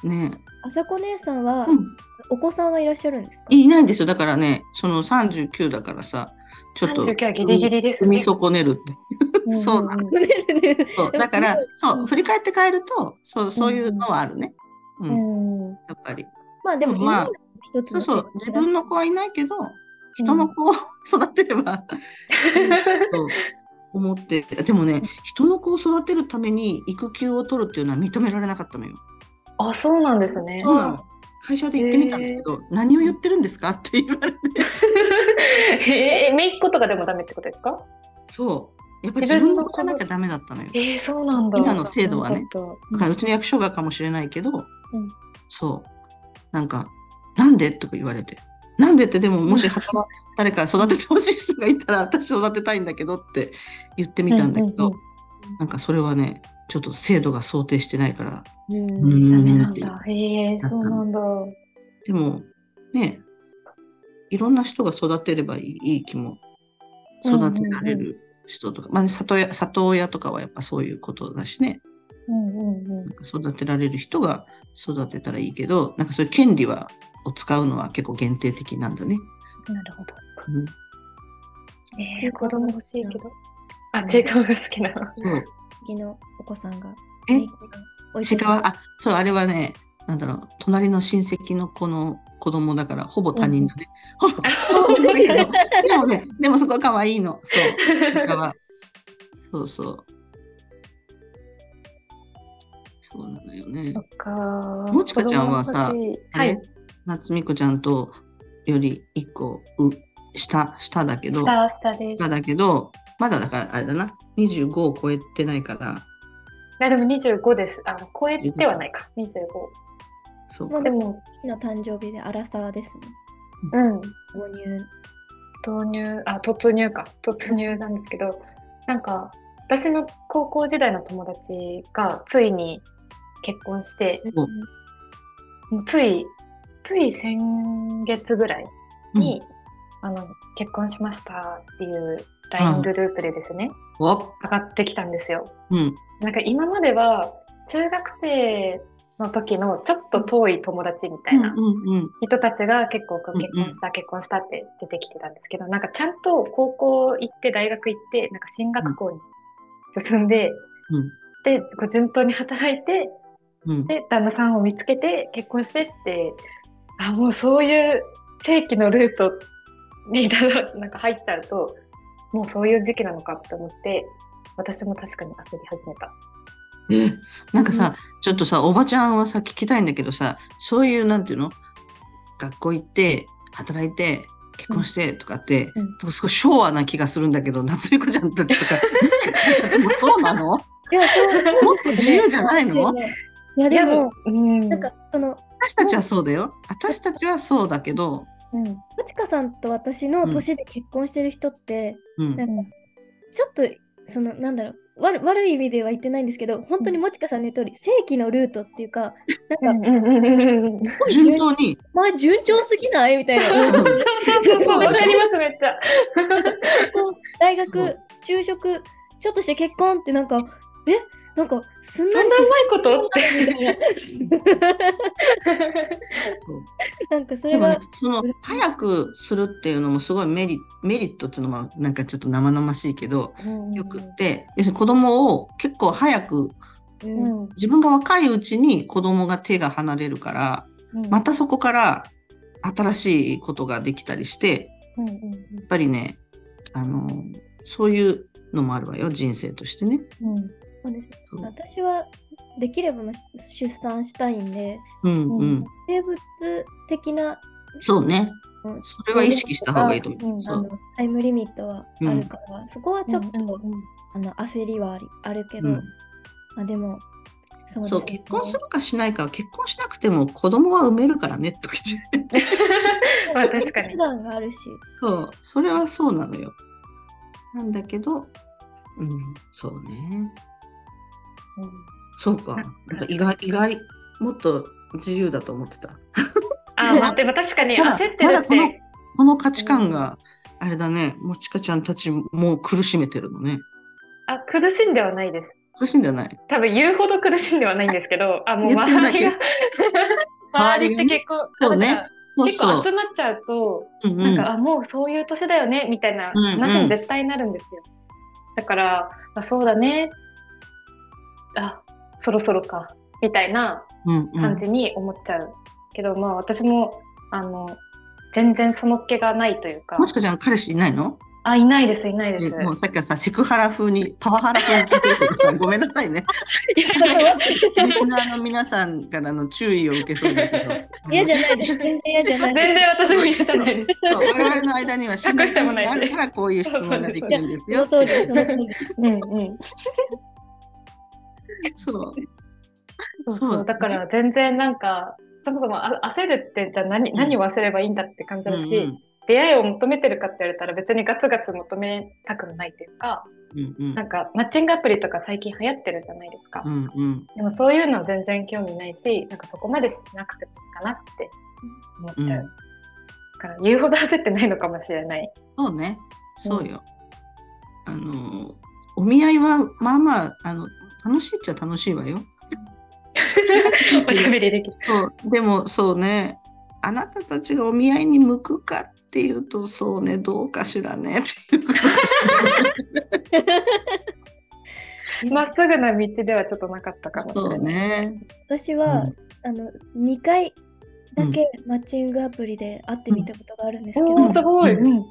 [SPEAKER 1] うね
[SPEAKER 2] あさこ姉さんは、
[SPEAKER 1] うん
[SPEAKER 2] お子さんはいらっしゃるんですか
[SPEAKER 1] いないんですよ。だからね、その39だからさ、ちょっと
[SPEAKER 3] 39はギリギリです
[SPEAKER 1] 踏
[SPEAKER 3] ね
[SPEAKER 1] み損ねるって。そうなのそうだから、そう、振り返って帰ると、そうそういうのはあるね。うん、や
[SPEAKER 3] うん
[SPEAKER 1] っぱり。
[SPEAKER 2] まあでも、
[SPEAKER 1] でもまあ
[SPEAKER 2] 今の一つ
[SPEAKER 1] そう
[SPEAKER 2] の
[SPEAKER 1] そう、自分の子はいないけど、
[SPEAKER 2] うん
[SPEAKER 1] 人の子を 育てれば、と思って、でもね、人の子を育てるために育休を取るっていうのは認められなかったのよ。
[SPEAKER 3] あ、そうなんですね。
[SPEAKER 1] そうなの。会社で行ってみたんだけど、何を言ってるんですかって言われて。
[SPEAKER 3] え、めいっ子とかでもダメってことですか
[SPEAKER 1] そう。やっぱ自分の子じゃなきゃダメだったのよ。
[SPEAKER 3] えー、そうなんだ。
[SPEAKER 1] 今の制度はね
[SPEAKER 3] なんかちょっと
[SPEAKER 1] だからうちの役所がかもしれないけど、
[SPEAKER 3] ん
[SPEAKER 1] そうなんか「なんで?」とか言われて「なんで?」ってでももし働 く誰か育ててほしい人がいたら私育てたいんだけどって言ってみたんだけど、
[SPEAKER 3] うんうん
[SPEAKER 1] なんかそれはねちょっと制度が想定してないから
[SPEAKER 2] うん
[SPEAKER 1] う
[SPEAKER 3] ダメ
[SPEAKER 1] ーん
[SPEAKER 3] な
[SPEAKER 1] っ
[SPEAKER 3] ん
[SPEAKER 1] ていう
[SPEAKER 3] だ。えー、そうなんだ。
[SPEAKER 1] でもねいろんな人が育てればいいいい気も育てられる人とか、まあね、里親里親とかはやっぱそういうことだしね。
[SPEAKER 3] うんうんう
[SPEAKER 1] な
[SPEAKER 3] ん
[SPEAKER 1] ん。か育てられる人が育てたらいいけどなんかそういう権利はを使うのは結構限定的なんだね。
[SPEAKER 3] なるほど。
[SPEAKER 1] うん
[SPEAKER 3] え
[SPEAKER 2] 中
[SPEAKER 3] ー、
[SPEAKER 2] 古が
[SPEAKER 3] 子供
[SPEAKER 2] 欲
[SPEAKER 3] 欲
[SPEAKER 2] し
[SPEAKER 3] し
[SPEAKER 2] い
[SPEAKER 3] い
[SPEAKER 2] け
[SPEAKER 3] け
[SPEAKER 2] ど
[SPEAKER 3] ど。あ、中華が好きなの。
[SPEAKER 1] そう
[SPEAKER 2] 次のお子さんが。
[SPEAKER 1] え
[SPEAKER 2] ねおい
[SPEAKER 1] ちかわあそうあれはねなんだろう隣の親戚の子の子供だからほぼ他人だね。 ほぼほぼだけど でもねでもすごい可愛いの。そうちかわそうそう。そうなのよね
[SPEAKER 3] そ。っか。
[SPEAKER 1] もちかちゃんはさ
[SPEAKER 3] 子供欲しい、
[SPEAKER 1] あ
[SPEAKER 3] は
[SPEAKER 1] れ
[SPEAKER 3] い。
[SPEAKER 1] 夏美子ちゃんとより一個う下下だけど。
[SPEAKER 3] 下、下です。
[SPEAKER 1] まだけど、まだだからあれだな、25を超えてないから、
[SPEAKER 3] あ、でも25です。あ、超えてはないか。25。
[SPEAKER 1] そう
[SPEAKER 3] も
[SPEAKER 1] か
[SPEAKER 3] うで。も、
[SPEAKER 2] 次の誕生日でアラサーですね。
[SPEAKER 3] うん。
[SPEAKER 2] 購入。
[SPEAKER 3] 導入、あ、突入か。突入なんですけど、なんか、私の高校時代の友達がついに結婚して、もうつい、つい先月ぐらいに、あの結婚しましたっていう LINE グループでですね、
[SPEAKER 1] おっ
[SPEAKER 3] 上がってきたんですよ。
[SPEAKER 1] うん。
[SPEAKER 3] なんか今までは中学生の時のちょっと遠い友達みたいな
[SPEAKER 1] うんうん
[SPEAKER 3] 人たちが結構こう
[SPEAKER 1] うんうん
[SPEAKER 3] 結婚した、結婚したって出てきてたんですけど、なんかちゃんと高校行って大学行って、なんか進学校に進んで、
[SPEAKER 1] うん
[SPEAKER 3] で、こう順当に働いて、
[SPEAKER 1] うん。
[SPEAKER 3] で、旦那さんを見つけて結婚してって、あ、もうそういう正規のルートにただ なんか入っちゃうと、もうそういう時期なのかって思って、私も確かに焦り始めた。
[SPEAKER 1] え、なんかさ、ちょっとさ、おばちゃんはさ、聞きたいんだけどさ、そういう、なんていうの学校行って、働いて、結婚してとかって、
[SPEAKER 3] う
[SPEAKER 1] な
[SPEAKER 3] ん
[SPEAKER 1] んかすごい昭和な気がするんだけど、夏美子ちゃんたちと か、どっちかっていうとでもそうなのもっ
[SPEAKER 2] いや、そう
[SPEAKER 1] と自由じゃないの
[SPEAKER 2] いや、でも、、
[SPEAKER 3] うん、
[SPEAKER 2] なんか、その、
[SPEAKER 1] 私たちはそうだよ。私たちはそうだけど、
[SPEAKER 2] うん、まちかさんと私の年で結婚してる人って、
[SPEAKER 1] うん
[SPEAKER 2] な。んか、ちょっと、その、なんだろう。悪悪い意味では言ってないんですけど、本当にもちかさんの言う通り、正規のルートっていうか、
[SPEAKER 3] う
[SPEAKER 2] なん
[SPEAKER 3] ん
[SPEAKER 2] か、
[SPEAKER 3] うんうんうんうん。
[SPEAKER 2] おい
[SPEAKER 1] 順
[SPEAKER 2] 順
[SPEAKER 1] 当 に、
[SPEAKER 2] お前順調すぎないみたいな。
[SPEAKER 1] うん
[SPEAKER 3] そうそうそうそう、 わかります、めっちゃ。
[SPEAKER 2] 大
[SPEAKER 1] そう
[SPEAKER 2] 学、就職、ちょっとして結婚ってなんか、えなんかすん
[SPEAKER 3] そ
[SPEAKER 2] なんり
[SPEAKER 3] なう
[SPEAKER 2] 進
[SPEAKER 3] まいことっ
[SPEAKER 2] むみたいな。なんかそ
[SPEAKER 1] で
[SPEAKER 2] れ
[SPEAKER 1] もね
[SPEAKER 2] が、、
[SPEAKER 1] その早くするっていうのもすごいメリメリットっていうのもなんかちょっと生々しいけど、
[SPEAKER 3] て。
[SPEAKER 1] よくって、要するに子供を結構早く
[SPEAKER 2] う
[SPEAKER 3] うんん。
[SPEAKER 1] 自分が若いうちに子供が手が離れるからまたそこから新しいことができたりして
[SPEAKER 3] うんうん
[SPEAKER 1] やっぱりねあのそういうのもあるわよ人生としてね。
[SPEAKER 3] うん
[SPEAKER 2] そうですね
[SPEAKER 1] そう
[SPEAKER 2] 私はできればまあ出産したいんで、
[SPEAKER 1] うんうん、
[SPEAKER 2] 生物的な
[SPEAKER 1] そうね
[SPEAKER 2] うん
[SPEAKER 1] それは意識した方がいいと思う。
[SPEAKER 3] うん
[SPEAKER 1] そ
[SPEAKER 2] あの
[SPEAKER 1] う
[SPEAKER 2] タイムリミットはあるから、そこはちょっと、
[SPEAKER 3] うんうん
[SPEAKER 2] あの焦りはありあるけ
[SPEAKER 1] う
[SPEAKER 2] ど、
[SPEAKER 1] ん
[SPEAKER 2] まあでも、そうです
[SPEAKER 1] そう結婚するかしないかは結婚しなくても子供は産めるからねとか言って
[SPEAKER 3] まあ確か
[SPEAKER 2] 手
[SPEAKER 3] に。
[SPEAKER 2] 段があるし、
[SPEAKER 1] そう、それはそうなのよ。なんだけど、うん、そうね。そうか。なんか意外、意外、もっと自由だと思ってた。
[SPEAKER 3] あー、待って、まあ確かに
[SPEAKER 1] まだ
[SPEAKER 3] 焦ってる
[SPEAKER 1] まだ
[SPEAKER 3] っ
[SPEAKER 1] この
[SPEAKER 3] て。
[SPEAKER 1] この価値観が、あれだね、もちかちゃんたちもう苦しめてるのね。
[SPEAKER 3] あ、苦しんではないです。
[SPEAKER 1] 苦しいんじゃない
[SPEAKER 3] 多分言うほど苦しんではないんですけど、あ、もう
[SPEAKER 1] 言ってない
[SPEAKER 3] 周りが。周り
[SPEAKER 1] 周り
[SPEAKER 3] って
[SPEAKER 1] がね
[SPEAKER 3] 結構、
[SPEAKER 1] そう
[SPEAKER 3] なん
[SPEAKER 1] ね
[SPEAKER 3] か。
[SPEAKER 1] そう
[SPEAKER 3] 結
[SPEAKER 1] そ
[SPEAKER 3] 構
[SPEAKER 1] う
[SPEAKER 3] 集。まっちゃうと、
[SPEAKER 1] うんう
[SPEAKER 3] なん
[SPEAKER 1] ん
[SPEAKER 3] か、あ、もうそういう年だよね、みたいな
[SPEAKER 1] うんうん
[SPEAKER 3] 話に絶対なるんですよ。だから、あ、そうだね。あ、そろそろか。みたいな
[SPEAKER 1] うんう
[SPEAKER 3] 感
[SPEAKER 1] ん
[SPEAKER 3] じに思っちゃう。けど、まあ私も、あの、全然その気がないというか
[SPEAKER 1] も、ちかちゃん、彼氏いないの
[SPEAKER 3] あ、いないです、いないです。
[SPEAKER 1] もうさっきからさ、セクハラ風に、パワハラ風に聞いてるけどさ、ごめんなさいね。
[SPEAKER 3] いやいやい
[SPEAKER 1] リスナーの皆さんからの注意を受けそうだけど。
[SPEAKER 2] 嫌じゃないです。全然嫌じゃな
[SPEAKER 3] や
[SPEAKER 2] い
[SPEAKER 3] 全
[SPEAKER 2] です。
[SPEAKER 3] 然私 も嫌じゃないです。
[SPEAKER 1] そう我々の間には信頼関係があるからこういう質問ができるんです
[SPEAKER 2] そ
[SPEAKER 1] よ
[SPEAKER 2] の
[SPEAKER 1] って
[SPEAKER 2] 通り
[SPEAKER 1] いう。
[SPEAKER 2] ですその通りです。
[SPEAKER 3] うんうん。
[SPEAKER 1] そう
[SPEAKER 3] そう
[SPEAKER 1] そうだね
[SPEAKER 3] だから全然なんか、そもそもあ焦るってじゃあ何,、
[SPEAKER 1] うん
[SPEAKER 3] 何を焦ればいいんだって感じ
[SPEAKER 1] う
[SPEAKER 3] だ
[SPEAKER 1] ん
[SPEAKER 3] し、
[SPEAKER 1] うん
[SPEAKER 3] 出会いを求めてるかって言われたら別にガツガツ求めたくもないっていうか、
[SPEAKER 1] うんうん
[SPEAKER 3] なんかマッチングアプリとか最近流行ってるじゃないですか。
[SPEAKER 1] うんうん
[SPEAKER 3] でもそういうのは全然興味ないし、なんかそこまでしなくてもいいかなって思っちゃう。
[SPEAKER 1] うん
[SPEAKER 3] だから言うほど焦ってないのかもしれない。
[SPEAKER 1] そうねそうよ。あのお見合いはまあまああの楽しいっちゃ楽しいわよ。
[SPEAKER 3] おしゃべりできる。
[SPEAKER 1] そうでもそうねあなたたちがお見合いに向くかっていうとそうねどうかしら ねっていうこと
[SPEAKER 3] まっすぐな道ではちょっとなかったかもし
[SPEAKER 1] そ
[SPEAKER 3] れ
[SPEAKER 1] う
[SPEAKER 3] ない。
[SPEAKER 1] ね。
[SPEAKER 2] 私は、
[SPEAKER 1] うん
[SPEAKER 2] あの2回だけマッチングアプリで会ってみたことがあるんですけど、
[SPEAKER 3] お
[SPEAKER 2] な
[SPEAKER 3] お、
[SPEAKER 2] ん
[SPEAKER 3] す
[SPEAKER 2] か
[SPEAKER 3] ごい。
[SPEAKER 1] う
[SPEAKER 3] うん。
[SPEAKER 2] 1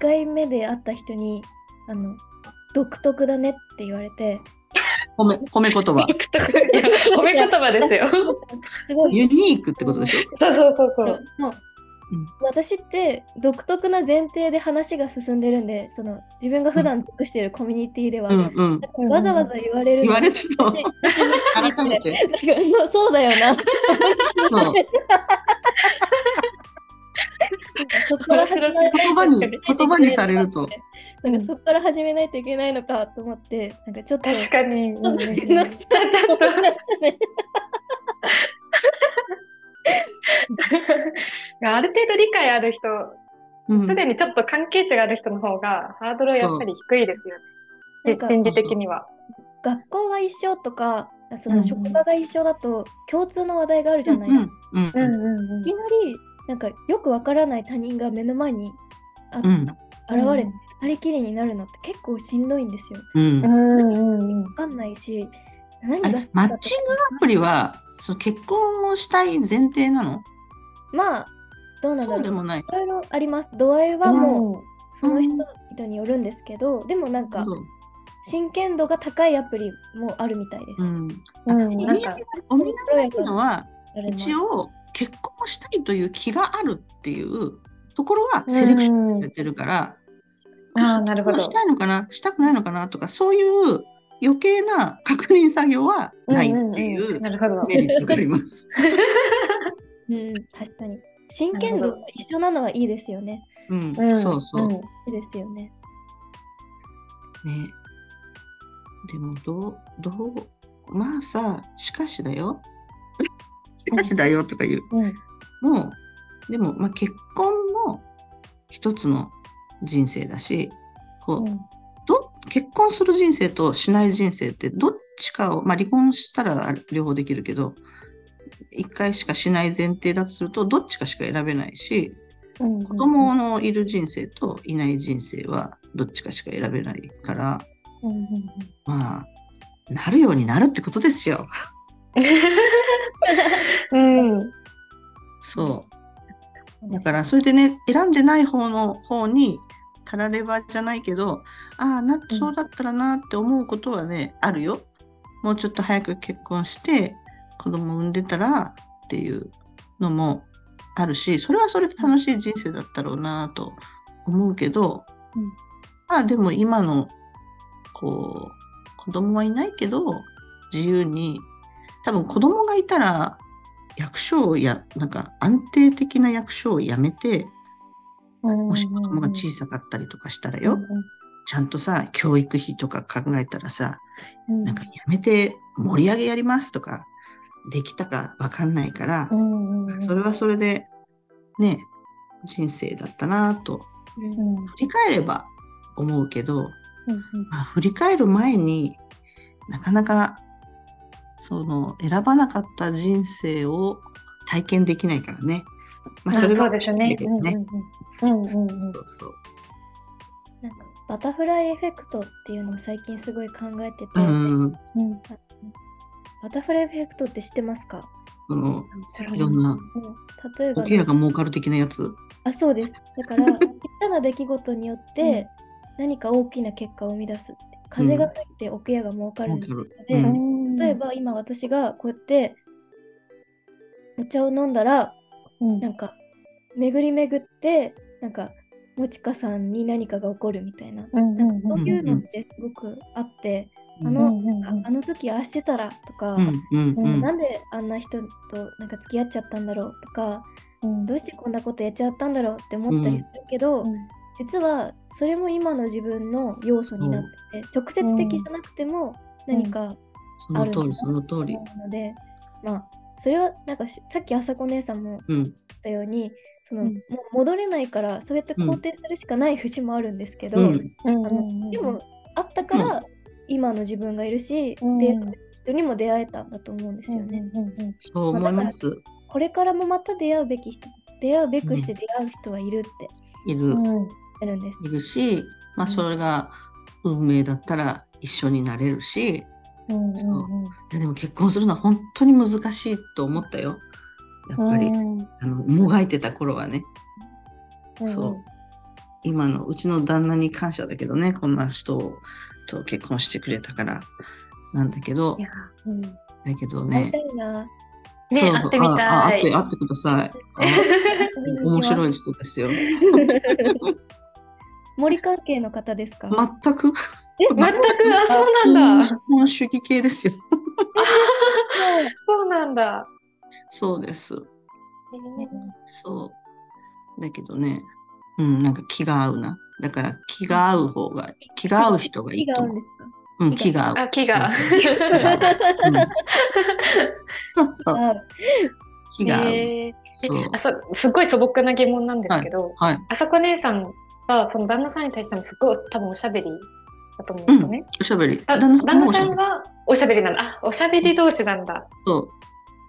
[SPEAKER 2] 回目で会った人にあの独特だねって言われて
[SPEAKER 1] 褒め褒め言 葉。
[SPEAKER 3] いや褒め言葉ですよ。そう
[SPEAKER 2] すごい
[SPEAKER 1] ユニークってことでしょ。
[SPEAKER 3] そうそうそ
[SPEAKER 2] あの
[SPEAKER 3] う。
[SPEAKER 2] も
[SPEAKER 1] う
[SPEAKER 2] う
[SPEAKER 1] ん
[SPEAKER 2] 私って独特な前提で話が進んでるんでその自分が普段属しているコミュニティでは、
[SPEAKER 1] うんうん。
[SPEAKER 3] うん
[SPEAKER 2] わざわざ言われる
[SPEAKER 1] 言われてた の
[SPEAKER 2] で私も
[SPEAKER 1] 改め て。
[SPEAKER 2] そうそうだよな
[SPEAKER 1] そう。
[SPEAKER 2] そこから始めないと
[SPEAKER 1] 言 葉に言葉にされると。
[SPEAKER 2] なんかそこから始めないといけないのかと思って、なんかちょっと。
[SPEAKER 3] 確かに。
[SPEAKER 2] ちょっと面倒くさいと思ったね
[SPEAKER 3] ある程度理解ある人、
[SPEAKER 1] うん
[SPEAKER 3] すでにちょっと関係値がある人の方がハードルはやっぱり低いですよ
[SPEAKER 2] な
[SPEAKER 3] ね
[SPEAKER 2] ん。か
[SPEAKER 3] 心理的には。
[SPEAKER 2] 学校が一緒とか、そ
[SPEAKER 3] うん
[SPEAKER 2] の
[SPEAKER 3] うん
[SPEAKER 2] 職場が一緒だと共通の話題があるじゃない。
[SPEAKER 1] うんうん
[SPEAKER 3] う
[SPEAKER 1] うんん
[SPEAKER 3] うんうん
[SPEAKER 2] いきなりなんかよくわからない他人が目の前にあ
[SPEAKER 1] う
[SPEAKER 2] 現
[SPEAKER 1] ん
[SPEAKER 2] れて二人きりになるのって結構しんどいんですよ。
[SPEAKER 1] うん
[SPEAKER 3] うんうんうん
[SPEAKER 2] わかんないし、何
[SPEAKER 1] あ
[SPEAKER 2] が
[SPEAKER 1] れ
[SPEAKER 2] 好き
[SPEAKER 1] マッ
[SPEAKER 2] かとか
[SPEAKER 1] チングアプリはその結婚をしたい前提なの
[SPEAKER 2] まあどうなんだ
[SPEAKER 1] そうで
[SPEAKER 2] ろう。
[SPEAKER 1] もない
[SPEAKER 2] いろいろあります。度合いはもう
[SPEAKER 3] う
[SPEAKER 2] その人々によるんですけど、でもなんか
[SPEAKER 1] そう
[SPEAKER 2] 真剣度が高いアプリもあるみたいです。
[SPEAKER 1] うん
[SPEAKER 3] ん
[SPEAKER 1] あ
[SPEAKER 3] なんか
[SPEAKER 1] お見合いっていうのは一
[SPEAKER 2] 応
[SPEAKER 1] 応結婚をしたいという気があるっていうところはセレクションされてるから、
[SPEAKER 3] ああ、なるほど
[SPEAKER 1] し。たいのかなしたくないのかなとかそういう余計な確認作業はないってい
[SPEAKER 3] んんん
[SPEAKER 1] う
[SPEAKER 3] なるほど。
[SPEAKER 1] メリットがあります。
[SPEAKER 2] うん、確かに。真剣度が一緒なのはいいですよね。
[SPEAKER 1] うん、
[SPEAKER 3] ん
[SPEAKER 1] そうそう、ね。
[SPEAKER 2] いいですよね。
[SPEAKER 1] でもどうどうまあさしかしだよ しかしだよとか言う
[SPEAKER 3] うんうん
[SPEAKER 1] もうでも、まあ、結婚も一つの人生だしこう、
[SPEAKER 3] うん
[SPEAKER 1] ど結婚する人生としない人生ってどっちかを、まあ、離婚したら両方できるけど一回しかしない前提だとするとどっちかしか選べないし
[SPEAKER 3] うんうん
[SPEAKER 1] 子供のいる人生といない人生はどっちかしか選べないから
[SPEAKER 3] うんうん
[SPEAKER 1] まあなるようになるってことですよ。
[SPEAKER 3] うん。うん
[SPEAKER 1] そうだからそれでね選んでない方の方にたらればじゃないけどああな
[SPEAKER 3] うん
[SPEAKER 1] そうだったらなって思うことはね、あるよもうちょっと早く結婚して子供産んでたらっていうのもあるしそれはそれで楽しい人生だったろうなと思うけど、
[SPEAKER 3] うん
[SPEAKER 1] まあでも今のこう子供はいないけど自由に多分子供がいたら役所をやなんか安定的な役所を辞めてもし子供が小さかったりとかしたらよ、ちゃんとさ教育費とか考えたらさ、
[SPEAKER 3] うん
[SPEAKER 1] なんか辞めて盛り上げやりますとかできたかわかんないから
[SPEAKER 3] う、んうんうん
[SPEAKER 1] それはそれでね人生だったなぁと
[SPEAKER 2] うん
[SPEAKER 3] う、んうん
[SPEAKER 1] 振り返れば思うけど、
[SPEAKER 3] うん
[SPEAKER 1] まあ、振り返る前になかなかその選ばなかった人生を体験できないからね。まあ、それが
[SPEAKER 3] そうです
[SPEAKER 1] 面
[SPEAKER 3] ね。
[SPEAKER 1] 白いけどね
[SPEAKER 3] うんうんうんうんうん
[SPEAKER 1] そうそう
[SPEAKER 2] なんかバタフライエフェクトっていうのを最近すごい考えてて、
[SPEAKER 1] うん、
[SPEAKER 3] うん
[SPEAKER 2] バタフライエフェクトって知ってますか、
[SPEAKER 1] その
[SPEAKER 3] 面白
[SPEAKER 1] い
[SPEAKER 3] い
[SPEAKER 1] ろんな
[SPEAKER 2] うん、例えば
[SPEAKER 1] お部屋が儲かる的なやつ。
[SPEAKER 2] あそうです だから小さな出来事によって何か大きな結果を生み出すって風が吹いて奥屋が儲かるの
[SPEAKER 1] 儲かる
[SPEAKER 2] で、
[SPEAKER 1] うん
[SPEAKER 3] うん
[SPEAKER 2] 例え、ば今私がこうやってお茶を飲んだら
[SPEAKER 3] うん
[SPEAKER 2] なんか巡り巡ってなんかもちかさんに何かが起こるみたいな
[SPEAKER 3] うん
[SPEAKER 2] なんかそうういうのってすごくあって、あの
[SPEAKER 3] んうん
[SPEAKER 2] ああの時ああしてたらとか、
[SPEAKER 1] うんうんう
[SPEAKER 3] うん
[SPEAKER 2] なんであんな人となんか付き合っちゃったんだろうとか
[SPEAKER 3] うん
[SPEAKER 2] どうしてこんなことやっちゃったんだろうって思ったりするけど、
[SPEAKER 3] うん
[SPEAKER 2] 実はそれも今の自分の要素になってて直接的じゃなくても何か
[SPEAKER 1] その通りその通
[SPEAKER 2] ある
[SPEAKER 1] り。
[SPEAKER 2] ので、まあそれはなんかしさっきあさこ姉さんも
[SPEAKER 1] うん
[SPEAKER 2] 言ったようにその、
[SPEAKER 3] う
[SPEAKER 2] も
[SPEAKER 3] ん
[SPEAKER 2] う戻れないからそうやって肯定するしかない節もあるんですけど、
[SPEAKER 1] うん
[SPEAKER 3] うん
[SPEAKER 2] あ
[SPEAKER 3] うんう
[SPEAKER 2] の
[SPEAKER 3] ん
[SPEAKER 2] でもあったから今の自分がいるし、
[SPEAKER 3] うん
[SPEAKER 2] 出会った人にも出会えたんだと思うんですよね。
[SPEAKER 3] うんうんうん
[SPEAKER 1] そう思います。
[SPEAKER 2] これからもまた出会うべき人出会うべくして出会う人はいるって
[SPEAKER 1] いる
[SPEAKER 3] うん
[SPEAKER 2] あるんです
[SPEAKER 1] い。るし、まあ
[SPEAKER 3] うん
[SPEAKER 1] それが運命だったら一緒になれるし、
[SPEAKER 3] うん
[SPEAKER 1] そういやでも結婚するのは本当に難しいと思ったよ。やっぱり、
[SPEAKER 3] うん
[SPEAKER 1] あのもがいてた頃はね、そう今のうちの旦那に感謝だけどね、こんな人と結婚してくれたからなんだけど
[SPEAKER 3] い、やうんね
[SPEAKER 1] だけど
[SPEAKER 2] 会い
[SPEAKER 1] ね
[SPEAKER 2] た、いな。
[SPEAKER 1] そう
[SPEAKER 3] 会ってみ
[SPEAKER 1] ああ
[SPEAKER 3] た
[SPEAKER 1] 会っ
[SPEAKER 3] い
[SPEAKER 1] て会ってください。 あ面白い人ですよ。
[SPEAKER 2] 森関係の方ですか、
[SPEAKER 1] 全く
[SPEAKER 2] え
[SPEAKER 3] 全くあ そうなんだ
[SPEAKER 1] 資本主義系ですよ。
[SPEAKER 3] そうなんだ
[SPEAKER 1] そうです。
[SPEAKER 2] えー
[SPEAKER 1] そう。だけどね、うん、なんか気が合うな。だから気が合う方が、気が合う人がいい
[SPEAKER 2] 気が
[SPEAKER 1] と
[SPEAKER 2] 合うん
[SPEAKER 1] 思う。
[SPEAKER 2] ですか
[SPEAKER 1] うん、気が合う。
[SPEAKER 3] あ、気が。
[SPEAKER 1] うんそうそう、
[SPEAKER 2] あ
[SPEAKER 1] 気が合う。
[SPEAKER 3] え ー
[SPEAKER 1] そう
[SPEAKER 3] えあさすっごい素朴な疑問なんですけど、
[SPEAKER 1] はい。
[SPEAKER 3] あさこ姉さんはその旦那さんに対してもすごい多分おしゃべりだと思うんですよね。
[SPEAKER 1] おしゃべり。
[SPEAKER 3] だ
[SPEAKER 1] 旦那さん
[SPEAKER 3] 旦
[SPEAKER 1] もお
[SPEAKER 3] 那
[SPEAKER 1] しゃ
[SPEAKER 3] さん
[SPEAKER 1] べり。
[SPEAKER 3] はおしゃべりなんだ。あ、おしゃべり同士なんだ。
[SPEAKER 1] そう。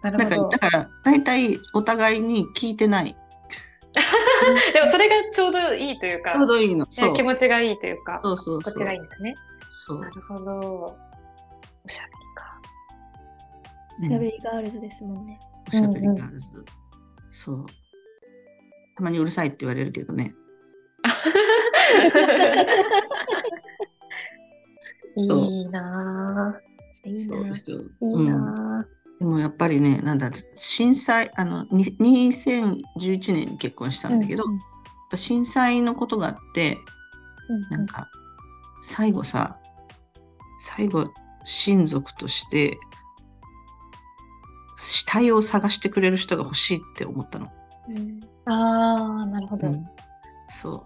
[SPEAKER 3] なる
[SPEAKER 1] なん
[SPEAKER 3] ほ
[SPEAKER 1] か
[SPEAKER 3] ど。
[SPEAKER 1] だから、大体お互いに聞いてない。
[SPEAKER 3] でもそれがちょうどいいというか、
[SPEAKER 1] ちょうどいいの。
[SPEAKER 3] え
[SPEAKER 1] そう。
[SPEAKER 3] 気持ちがいいというか、
[SPEAKER 1] そうそう
[SPEAKER 3] こっち
[SPEAKER 1] そう
[SPEAKER 3] がいいんですね。
[SPEAKER 1] そう
[SPEAKER 3] なるほど。 おしゃべりか。
[SPEAKER 1] うん
[SPEAKER 2] しゃべりガールズですもんね。
[SPEAKER 1] おしゃべりガールズ。そう。たまにうるさいって言われるけどね。
[SPEAKER 3] い
[SPEAKER 1] そう
[SPEAKER 3] いなぁ。いい
[SPEAKER 1] そ
[SPEAKER 3] な
[SPEAKER 1] うで
[SPEAKER 3] ぁ。
[SPEAKER 1] すよ。
[SPEAKER 3] いいな
[SPEAKER 1] でもやっぱりね、なんだ、震災、あの、に2011年に結婚した
[SPEAKER 3] ぁ。
[SPEAKER 1] んだけど、
[SPEAKER 3] う
[SPEAKER 1] やっぱ震災のことがあって、
[SPEAKER 3] ん
[SPEAKER 1] なんか、最後さ、最後、親族として、死体を探してくれる人が欲しいって思ったの。
[SPEAKER 2] うん
[SPEAKER 3] ああ、なるほど。
[SPEAKER 1] そ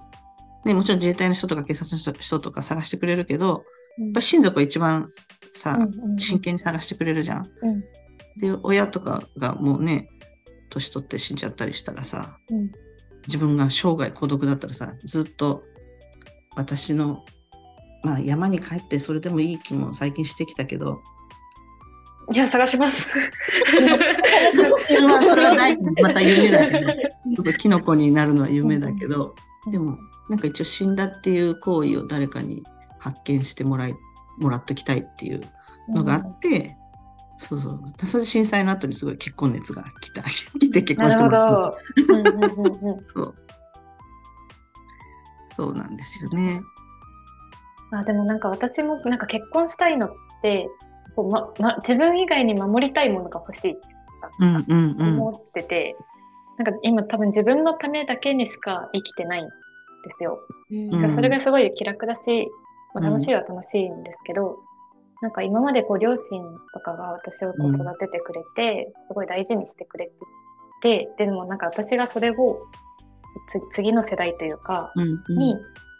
[SPEAKER 1] う。ね、もちろん自衛隊の人とか警察の人人とか探してくれるけど、
[SPEAKER 3] うん
[SPEAKER 1] やっぱり親族が一番さ、
[SPEAKER 3] うんうん
[SPEAKER 1] 真剣に探してくれるじゃん。
[SPEAKER 3] うん
[SPEAKER 1] で親とかがもうね年取って死んじゃったりしたらさ
[SPEAKER 3] うん
[SPEAKER 1] 自分が生涯孤独だったらさずっと私の、まあ、山に帰ってそれでもいい気も最近してきたけど
[SPEAKER 3] じゃあ探します。
[SPEAKER 1] それはそれはないまた夢だけどそうそうキノコになるのは夢だけどでもなんか一応死んだっていう行為を誰かに発見してもらいもらっときたいっていうのがあって、そうそうそれで震災の後にすごい結婚熱が来た 来て結
[SPEAKER 3] な
[SPEAKER 1] 婚してもらった
[SPEAKER 3] るほど。うんうんうんうん
[SPEAKER 1] そうそうなんですよね
[SPEAKER 3] あでもなんか私もなんか結婚したいのってこう、まま、自分以外に守りたいものが欲しいって
[SPEAKER 1] うんうんうん
[SPEAKER 3] 思ってて、なんか今多分自分のためだけにしか生きてないんですよ。
[SPEAKER 1] うん
[SPEAKER 3] それがすごい気楽だし、まあ楽しいは楽しいんですけど、なんか今までこう両親とかが私をこう
[SPEAKER 1] うん
[SPEAKER 3] 育ててくれて、すごい大事にしてくれてて、でもなんか私がそれをつ次の世代というか、
[SPEAKER 1] うんうん
[SPEAKER 3] に、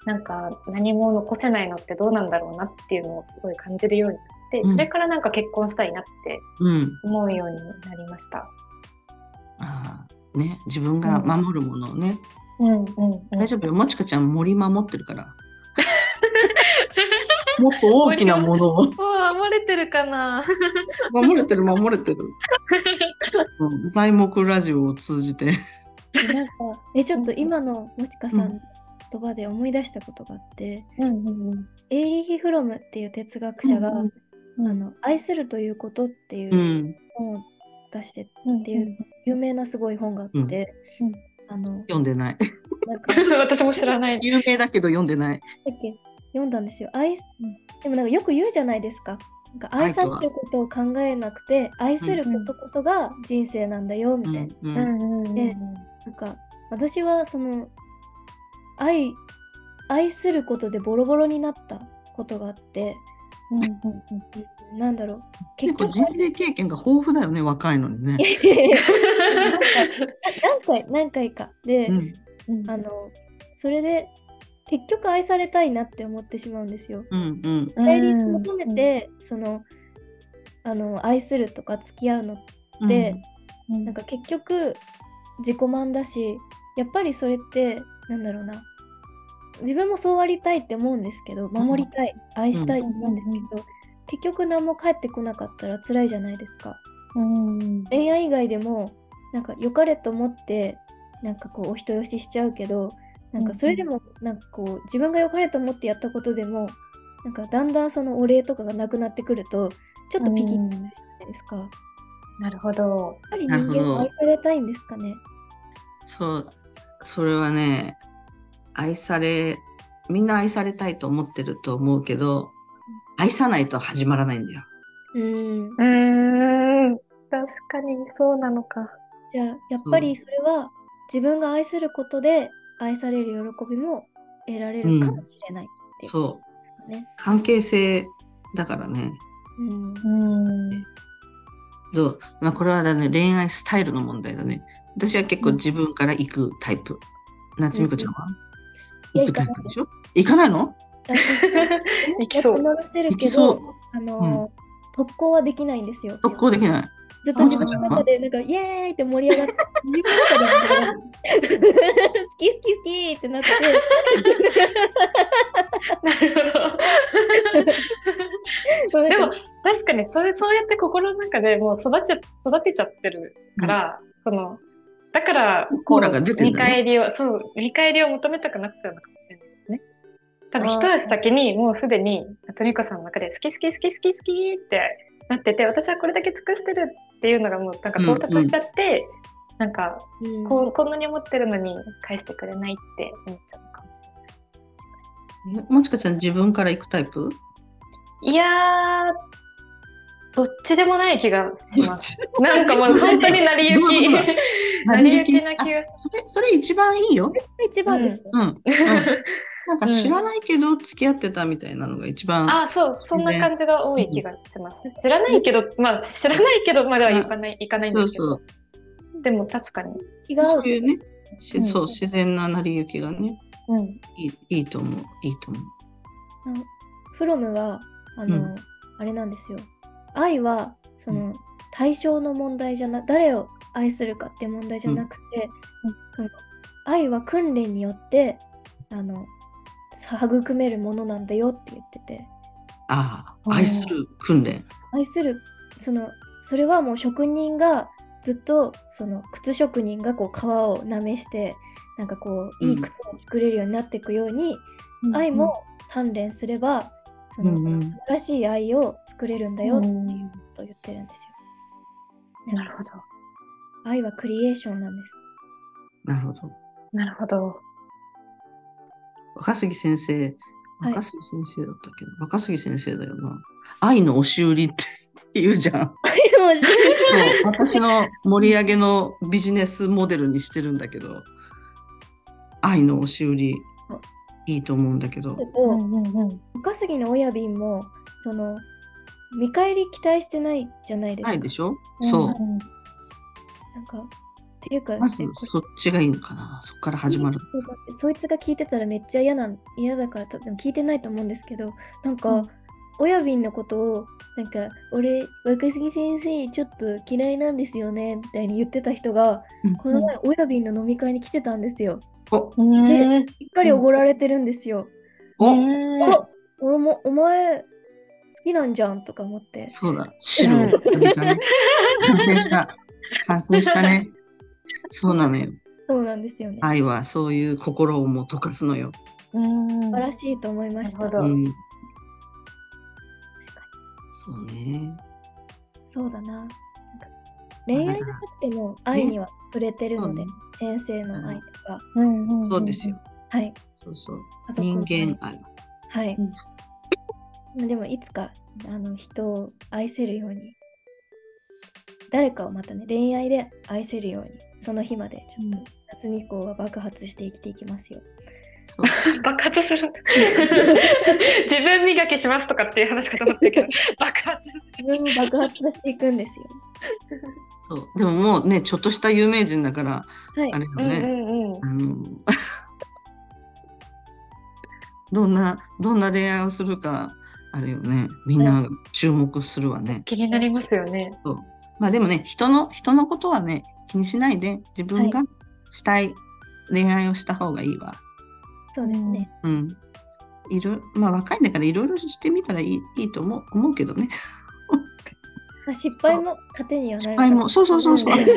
[SPEAKER 3] なんか何も残せないのってどうなんだろうなっていうのをすごい感じるようになって、
[SPEAKER 1] うん
[SPEAKER 3] それからなんか結婚したいなって
[SPEAKER 1] うん
[SPEAKER 3] 思うようになりました。
[SPEAKER 1] あーね自分が守るものをね、
[SPEAKER 3] うんうんうん、
[SPEAKER 1] 大丈夫よもちかちゃん森守ってるから もっと大きなものを
[SPEAKER 3] おー守れてるか な
[SPEAKER 1] 守れてる守れてる、うん、材木ラジオを通じて
[SPEAKER 2] えなんかえちょっと今のもちかさ
[SPEAKER 1] うんん
[SPEAKER 2] の言葉で思い出したことがあって、
[SPEAKER 3] うんうんうん
[SPEAKER 2] エーリヒ・フロムっていう哲学者が、
[SPEAKER 3] うん
[SPEAKER 2] あの「愛するということ」っていううん本を出して、
[SPEAKER 3] うん
[SPEAKER 2] ていう有名なすごい本があって、
[SPEAKER 3] うんうん
[SPEAKER 2] あの
[SPEAKER 1] 読んでない
[SPEAKER 2] なんか
[SPEAKER 3] 私も知らない。
[SPEAKER 1] 有名だけど読んでない
[SPEAKER 2] さっき読んだんですよ愛すでもなんかよく言うじゃないですかなんか
[SPEAKER 1] 愛
[SPEAKER 2] 愛さ
[SPEAKER 1] と
[SPEAKER 2] ん
[SPEAKER 1] は
[SPEAKER 2] っていうことを考えなくて愛することこそが人生なんだよみたいな、
[SPEAKER 1] うん
[SPEAKER 3] う
[SPEAKER 1] うん
[SPEAKER 3] んうんうん
[SPEAKER 2] でなんか私はその愛愛することでボロボロになったことがあって
[SPEAKER 3] うんうんうん
[SPEAKER 2] なんだろう
[SPEAKER 1] 結
[SPEAKER 2] 結
[SPEAKER 1] 構
[SPEAKER 2] 局
[SPEAKER 1] 人生経験が豊富だよね若いのにね。
[SPEAKER 2] 何回何回かで、
[SPEAKER 1] うん
[SPEAKER 3] うん
[SPEAKER 2] あのそれで結局愛されたいなって思ってしまうんですよ。
[SPEAKER 1] うんうん
[SPEAKER 2] 代理人求めて、そのあの愛するとか付き合うのって、
[SPEAKER 1] うん
[SPEAKER 2] で
[SPEAKER 3] うん
[SPEAKER 2] なんか結局自己満だしやっぱりそれってなんだろうな自分もそうありたいって思うんですけど守りたい、愛したいって思うんですけど、結局何も返ってこなかったら辛いじゃないですか。
[SPEAKER 3] うんうん
[SPEAKER 2] 恋愛以外でもなんか良かれと思ってなんかこうお人よししちゃうけどなん
[SPEAKER 3] うんう
[SPEAKER 2] か
[SPEAKER 3] ん
[SPEAKER 2] それでもなんかこう自分が良かれと思ってやったことでもなんかだんだんそのお礼とかがなくなってくるとちょっとピキッ
[SPEAKER 3] うん
[SPEAKER 2] てなるじゃないですか、やっ
[SPEAKER 3] なるほど。
[SPEAKER 2] ぱり
[SPEAKER 1] なるほど
[SPEAKER 2] 人間は愛されたいんですかね
[SPEAKER 1] そうそれはね愛されみんな愛されたいと思ってると思うけど愛さないと始まらないんだよ。
[SPEAKER 2] うん
[SPEAKER 3] うーん。確かにそうなのか。
[SPEAKER 2] じゃあやっぱりそれは自分が愛することで愛される喜びも得られるかもしれない、
[SPEAKER 1] そう、
[SPEAKER 2] ね
[SPEAKER 1] 関係性だからね
[SPEAKER 2] うん
[SPEAKER 3] うん。
[SPEAKER 1] どう、まあ、これはだ、ね、恋愛スタイルの問題だね。私は結構自分から行くタイプ。夏美子ちゃんは、
[SPEAKER 2] うんいや
[SPEAKER 1] 行くタイプでしょ行かないの
[SPEAKER 3] 行きそう
[SPEAKER 2] 募せる
[SPEAKER 1] 行
[SPEAKER 2] け
[SPEAKER 1] きそう
[SPEAKER 2] ど、あのー、特攻はできないんですよ。
[SPEAKER 1] 特攻できない。
[SPEAKER 2] ずっと自分の中でなんかイエーイって盛り上がって、自分の中で好き好き好きってなって、
[SPEAKER 3] なる ほど。でも確かにそれそうやって心の中でもう育っちゃ育てちゃってるから、そのだから
[SPEAKER 1] オーラが出てん
[SPEAKER 3] 見
[SPEAKER 1] だね
[SPEAKER 3] 返りをそう見返りを求めたくなっちゃうのかもしれないですね。多分
[SPEAKER 2] あー
[SPEAKER 3] 一足先にもうすでに夏美子さんの中で好き好き好き好き好きってなってて私はこれだけ尽くしてるっていうのがもうなんか到達しちゃって、なんか
[SPEAKER 2] うん
[SPEAKER 3] こうこんなに思ってるのに返してくれないって思っちゃうのかもしれない。
[SPEAKER 1] もちかちゃん、自分から行くタイプ
[SPEAKER 3] いやー、どっちでもない気がします。 なんかも
[SPEAKER 1] どっ
[SPEAKER 3] う
[SPEAKER 1] ちでもない
[SPEAKER 3] 本当になりゆ
[SPEAKER 1] どう
[SPEAKER 3] き
[SPEAKER 1] いうこと。
[SPEAKER 3] なりゆきな気
[SPEAKER 1] あ
[SPEAKER 3] がし
[SPEAKER 1] それ、それ一番いいよ。
[SPEAKER 2] 一番ですよ。
[SPEAKER 1] うん。うん、なんか
[SPEAKER 3] うん
[SPEAKER 1] 知らないけど付き合ってたみたいなのが一番。
[SPEAKER 3] あ、そう、そんな感じが多い気がします。知らないけど、まあ知らないけどまでは行かない、行かないん
[SPEAKER 1] そ
[SPEAKER 3] で
[SPEAKER 1] う
[SPEAKER 3] すけ
[SPEAKER 1] そ
[SPEAKER 3] ど
[SPEAKER 1] う。。
[SPEAKER 3] でも確かに。
[SPEAKER 2] 気が合
[SPEAKER 1] そうういうね、し
[SPEAKER 3] うん
[SPEAKER 1] そう、自然な成り行きがね、
[SPEAKER 3] うん。
[SPEAKER 1] いいいいと思う。いいと思う。
[SPEAKER 2] フロムはあの、
[SPEAKER 1] うん
[SPEAKER 2] あれなんですよ愛はその、
[SPEAKER 1] う
[SPEAKER 2] 対象の問題じゃな誰を愛するかっていう問題じゃなくて、その愛は訓練によってあの育めるものなんだよって言ってて
[SPEAKER 1] あ
[SPEAKER 3] うん
[SPEAKER 1] あ、愛する訓練。
[SPEAKER 2] 愛するそのそれはもう職人がずっとその靴職人がこう皮をなめしてなんかこういい靴を作れるようになっていくように、愛も鍛錬すればその、
[SPEAKER 1] うんうん
[SPEAKER 2] 新しい愛を作れるんだ
[SPEAKER 3] だ
[SPEAKER 2] よっていうことを言ってるんですよ。
[SPEAKER 3] な
[SPEAKER 2] なんか
[SPEAKER 3] るほど。
[SPEAKER 2] 愛はクリエーションなんです。
[SPEAKER 1] なるほど。
[SPEAKER 3] なるほど。
[SPEAKER 1] 若杉先生、
[SPEAKER 2] はい
[SPEAKER 1] 若杉先生だったっけな、若杉先生だよな。愛の押し売りって 言うじゃん。そう私の盛り上げのビジネスモデルにしてるんだけど、愛の押し売り
[SPEAKER 2] そう、
[SPEAKER 1] いいと思うんだけど。
[SPEAKER 3] う ん
[SPEAKER 2] と
[SPEAKER 3] うんうん。
[SPEAKER 2] 若杉の親瓶もその見返り期待してないじゃないですか。
[SPEAKER 1] ないでしょ、そう。
[SPEAKER 3] ん。
[SPEAKER 2] なんかっていうか
[SPEAKER 1] まず
[SPEAKER 2] えこれ
[SPEAKER 1] そっちがいいのかな。そっから始まる。
[SPEAKER 2] そうだってそいつが聞いてたらめっちゃ嫌なん嫌だから多分聞いてないと思うんですけどなんか、
[SPEAKER 3] うん
[SPEAKER 2] 親瓶のことをなんか俺若杉先生ちょっと嫌いなんですよねみたいに言ってた人が、
[SPEAKER 1] うん
[SPEAKER 2] この前親瓶の飲み会に来てたんですよ
[SPEAKER 1] お
[SPEAKER 3] うん。
[SPEAKER 2] しっかりおごられてるんですよ、
[SPEAKER 1] お
[SPEAKER 2] あ
[SPEAKER 3] お
[SPEAKER 2] ら俺もお前好きなんじゃんとか思って
[SPEAKER 1] そうだ。白を食べたね。感染した。感染したね。そうなのよ。
[SPEAKER 2] そうなんですよね、
[SPEAKER 1] 愛はそういう心をも溶かすのよ。
[SPEAKER 3] うん
[SPEAKER 2] 素晴らしいと思いました
[SPEAKER 3] なるほ
[SPEAKER 1] う
[SPEAKER 3] ど
[SPEAKER 1] ん、
[SPEAKER 2] 確か
[SPEAKER 1] そうね。
[SPEAKER 2] にそうだななんか恋愛じゃなくても愛には触れてるので、
[SPEAKER 1] ね
[SPEAKER 2] 先生の愛とか、
[SPEAKER 3] うんうんうん
[SPEAKER 1] そうですよ。。
[SPEAKER 2] はい
[SPEAKER 1] そうそう。
[SPEAKER 2] 家族の
[SPEAKER 1] 人
[SPEAKER 2] 愛
[SPEAKER 1] 間愛。
[SPEAKER 2] はい、
[SPEAKER 3] うん
[SPEAKER 2] まあでもいつかあの人を愛せるように誰かをまたね恋愛で愛せるようにその日までちょっと、
[SPEAKER 1] うん
[SPEAKER 2] 夏美子は爆発して生きていきますよ。
[SPEAKER 1] そう。
[SPEAKER 3] 爆発す る。自分磨きしますとかっていう話かと思ったけど、爆発。
[SPEAKER 2] 自分を爆発させていくん ですよ。
[SPEAKER 1] そう。でももうね、ちょっとした有名人だから、
[SPEAKER 2] はい
[SPEAKER 1] あれ
[SPEAKER 3] う
[SPEAKER 1] だ
[SPEAKER 3] ん
[SPEAKER 1] ね。
[SPEAKER 3] うんうん。
[SPEAKER 1] あの どんな、どんな恋愛をするか、あれよね。みんなが注目するわね。
[SPEAKER 3] 気になりますよね。
[SPEAKER 1] まあでもね、人の、人のことはね、気にしないで、自分がしたい恋愛をした方がいいわ。
[SPEAKER 2] そうですね。
[SPEAKER 1] うん。いろいろまあ若いんだからいろいろしてみたらいいいいと思う思うけどね。
[SPEAKER 2] まあ、失敗も糧にはな
[SPEAKER 1] 失
[SPEAKER 2] る
[SPEAKER 1] 敗もそうそうそうそう。
[SPEAKER 3] う
[SPEAKER 1] 本
[SPEAKER 3] ん
[SPEAKER 1] 当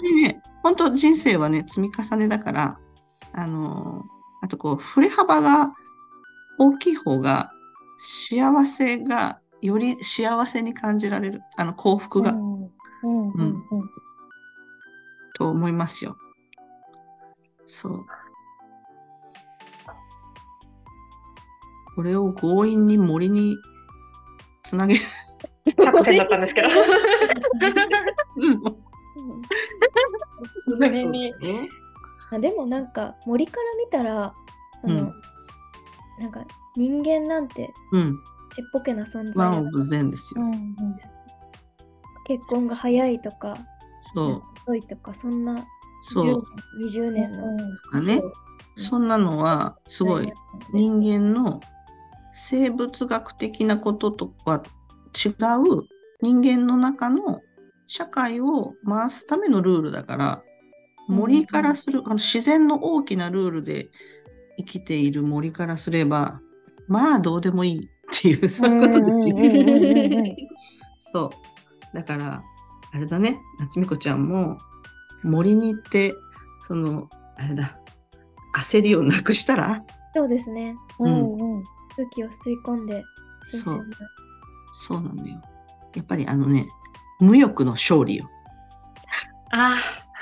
[SPEAKER 1] にね、本当人生はね積み重ねだから、あのーあとこう振れ幅が大きい方が幸せがより幸せに感じられるあの幸福が、
[SPEAKER 3] うんうんうんうん
[SPEAKER 1] と思いますよ。そう。これを強引に森につなげ
[SPEAKER 3] キャプテンだったんですけど。
[SPEAKER 1] るの。
[SPEAKER 2] うん
[SPEAKER 3] 森に
[SPEAKER 2] まあ、でもなんか森から見たらその、
[SPEAKER 1] うん
[SPEAKER 2] なんか人間なんて
[SPEAKER 1] うん。
[SPEAKER 2] ちっぽけな存在
[SPEAKER 1] ワ
[SPEAKER 2] だ
[SPEAKER 1] ンオブゼンですよ。
[SPEAKER 2] 結婚が早いとか
[SPEAKER 1] そう。
[SPEAKER 2] 遅いとかそんな
[SPEAKER 1] そう。
[SPEAKER 2] 10 20年の
[SPEAKER 1] がね
[SPEAKER 2] そう
[SPEAKER 1] そんなのはすごい人間の生物学的なこととは違う人間の中の社会を回すためのルールだから
[SPEAKER 2] うん
[SPEAKER 1] 森からする、あの自然の大きなルールで生きている森からすればまあどうでもいいっていうそういうことですよ
[SPEAKER 3] うんうんうんうんうん
[SPEAKER 1] そう。だから、あれだね、夏美子ちゃんも森に行って、その、あれだ、焦りをなくしたら、
[SPEAKER 2] そうですね。
[SPEAKER 3] うんうん
[SPEAKER 2] 空気を吸い込んで、新鮮
[SPEAKER 1] そうそうなのよ。やっぱりあのね、無欲の勝利よ。
[SPEAKER 3] あ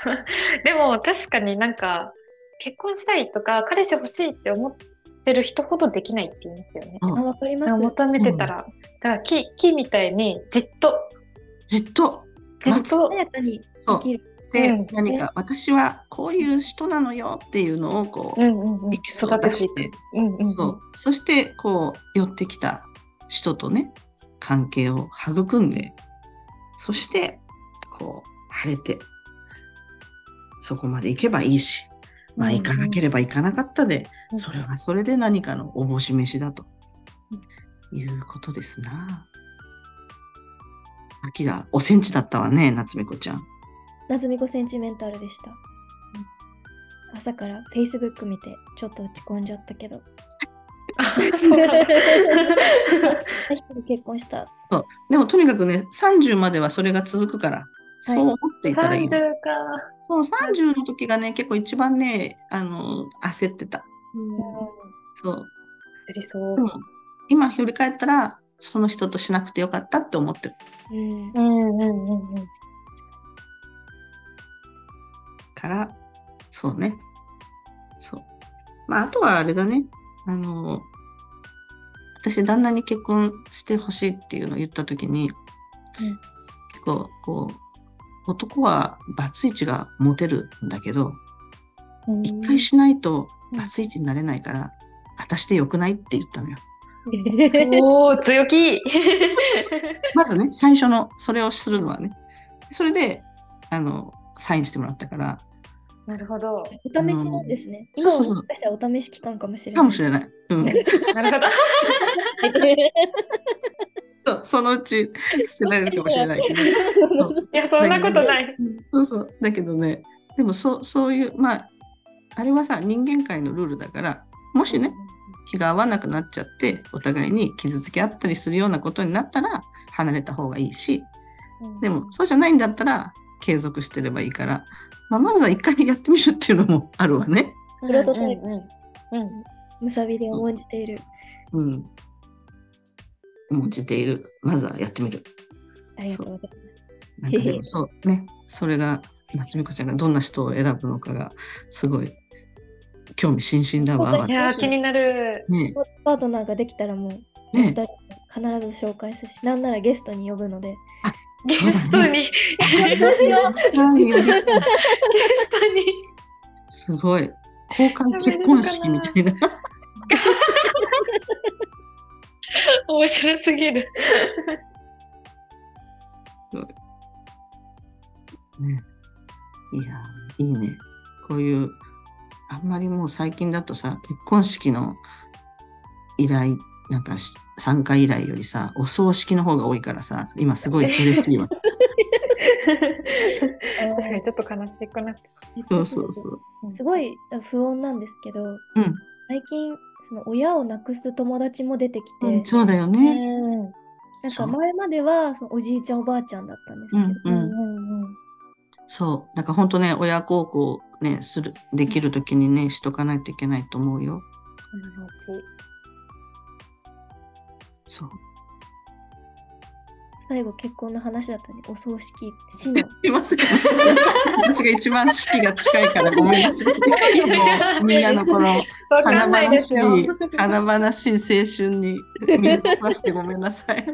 [SPEAKER 3] ーでも確かになんか結婚したいとか彼氏欲しいって思ってる人ほどできないって言いますよね。
[SPEAKER 1] うん
[SPEAKER 2] な。あ、わかりま
[SPEAKER 3] なんか
[SPEAKER 2] す。
[SPEAKER 3] 求めてたら、だから木木みたいにじっと
[SPEAKER 1] じっと、
[SPEAKER 3] じっと
[SPEAKER 2] 穏やかに
[SPEAKER 1] そう。
[SPEAKER 2] 生きる。
[SPEAKER 1] で、
[SPEAKER 3] うん
[SPEAKER 1] 何か私はこういう人なのよっていうのをこう、
[SPEAKER 3] うんうんうん
[SPEAKER 1] エキスを出し
[SPEAKER 3] 育
[SPEAKER 1] て、
[SPEAKER 3] うんうん
[SPEAKER 1] そうそしてこう寄ってきた人とね関係を育んでそしてこう晴れてそこまで行けばいいしまあ
[SPEAKER 3] うんう
[SPEAKER 1] 行
[SPEAKER 3] ん
[SPEAKER 1] かなければ行かなかったで、
[SPEAKER 3] うん
[SPEAKER 1] それはそれで何かのおぼし飯だと、いうことですな。秋だおセンチだったわね夏目子ちゃん。
[SPEAKER 2] なずみこセンチメンタルでした。朝から Facebook 見て、ちょっと落ち込んじゃったけど、
[SPEAKER 3] あそうなんだ
[SPEAKER 2] 一人結婚した。
[SPEAKER 1] でもとにかくね30まではそれが続くから、そう思っていたらいい
[SPEAKER 3] 30
[SPEAKER 1] の
[SPEAKER 3] か。
[SPEAKER 1] そう、30の時がね、結構一番ね、あの、焦ってた。
[SPEAKER 2] うん
[SPEAKER 1] そう。
[SPEAKER 3] 釣りそう
[SPEAKER 1] で。も、今振り返ったら、その人としなくてよかったって思ってる
[SPEAKER 2] うん
[SPEAKER 3] うんうんうんうん。
[SPEAKER 1] から、そうね。そう。まあ、あとはあれだね。あの、私、旦那に結婚してほしいっていうのを言った時に、
[SPEAKER 2] うん
[SPEAKER 1] 結構、こう、男はバツイチがモテるんだけど、
[SPEAKER 3] うん
[SPEAKER 1] 一 回しないと
[SPEAKER 2] うん
[SPEAKER 1] バツイチになれないから、私でよくないって言ったのよ。
[SPEAKER 3] おお強気。
[SPEAKER 1] まずね、最初のそれをするのはね。それで、あの、サインしてもらったから、
[SPEAKER 3] なるほど。
[SPEAKER 2] お試しなんですね。
[SPEAKER 1] うんそ
[SPEAKER 2] 今
[SPEAKER 1] うそうそう
[SPEAKER 2] もしかしたらお試し期間かもしれ
[SPEAKER 1] か
[SPEAKER 2] な
[SPEAKER 1] も
[SPEAKER 2] い
[SPEAKER 1] し。れない。うん。
[SPEAKER 3] なるほど。
[SPEAKER 1] そう、そのうち捨てられるかもしれない けど。そう
[SPEAKER 3] いやそんなことない。
[SPEAKER 1] そうそう。だけどね、でもそう、そういう、まあ、あれはさ、人間界のルールだから、もしね、気が合わなくなっちゃって、お互いに傷つけ合ったりするようなことになったら、離れた方がいいし、でも、そうじゃないんだったら、継続してればいいから、まあ、まずは一回やってみるっていうのもあるわね。
[SPEAKER 3] う
[SPEAKER 2] プロトタイプ
[SPEAKER 3] んうんうんうん。
[SPEAKER 2] むさびで重んじている。
[SPEAKER 1] うん。持ちている。まずはやってみる。
[SPEAKER 2] ありがとうございます。
[SPEAKER 1] なんかでもそうね。それが、夏美子ちゃんがどんな人を選ぶのかが、すごい、興味津々だわ。
[SPEAKER 2] そう
[SPEAKER 3] いやー
[SPEAKER 1] 私
[SPEAKER 3] 気になる。
[SPEAKER 1] ね
[SPEAKER 2] パートナーができたらもう、
[SPEAKER 1] えね
[SPEAKER 2] 二人必ず紹介するし、なんならゲストに呼ぶので。
[SPEAKER 1] えそう
[SPEAKER 3] ゲスト
[SPEAKER 1] だね。
[SPEAKER 3] に、ゲ
[SPEAKER 1] はいよりたい
[SPEAKER 3] ストに。
[SPEAKER 1] すごい。公開結婚式みたいな。
[SPEAKER 3] 面白すぎる。
[SPEAKER 1] ねいやーいいね。こういう、あんまりもう最近だとさ、結婚式の依頼、なんかし参加依頼よりさ、お葬式の方が多いからさ、今すごい嬉しい わ。
[SPEAKER 3] 確かにちょっと悲しくなって。
[SPEAKER 1] そうそうそう。
[SPEAKER 2] すごいあ不穏なんですけど、
[SPEAKER 1] うん
[SPEAKER 2] 最近、その親を亡くす友達も出てきて、
[SPEAKER 1] うん、そうだよ
[SPEAKER 3] う
[SPEAKER 1] ね。
[SPEAKER 3] んうん
[SPEAKER 2] なん
[SPEAKER 1] そ
[SPEAKER 2] か
[SPEAKER 1] う
[SPEAKER 2] 前まではそのおじいちゃんおばあちゃんだったんですけど、
[SPEAKER 1] う
[SPEAKER 3] うんんうん。
[SPEAKER 1] そう。だから本当ね、親孝行ね、する、できるときにね、しとかないといけないと思うよ。
[SPEAKER 3] 友達
[SPEAKER 1] そう。
[SPEAKER 2] 最後結婚の話だったね、お葬式、死の。
[SPEAKER 1] いますか私が一番式が近いからごめんなさ い。もうみんなのこの
[SPEAKER 3] わか
[SPEAKER 1] 華
[SPEAKER 3] んない
[SPEAKER 1] 々
[SPEAKER 3] で
[SPEAKER 1] し
[SPEAKER 3] すよ。
[SPEAKER 1] い、華々しい青春に水をさしてごめんなさい。
[SPEAKER 2] で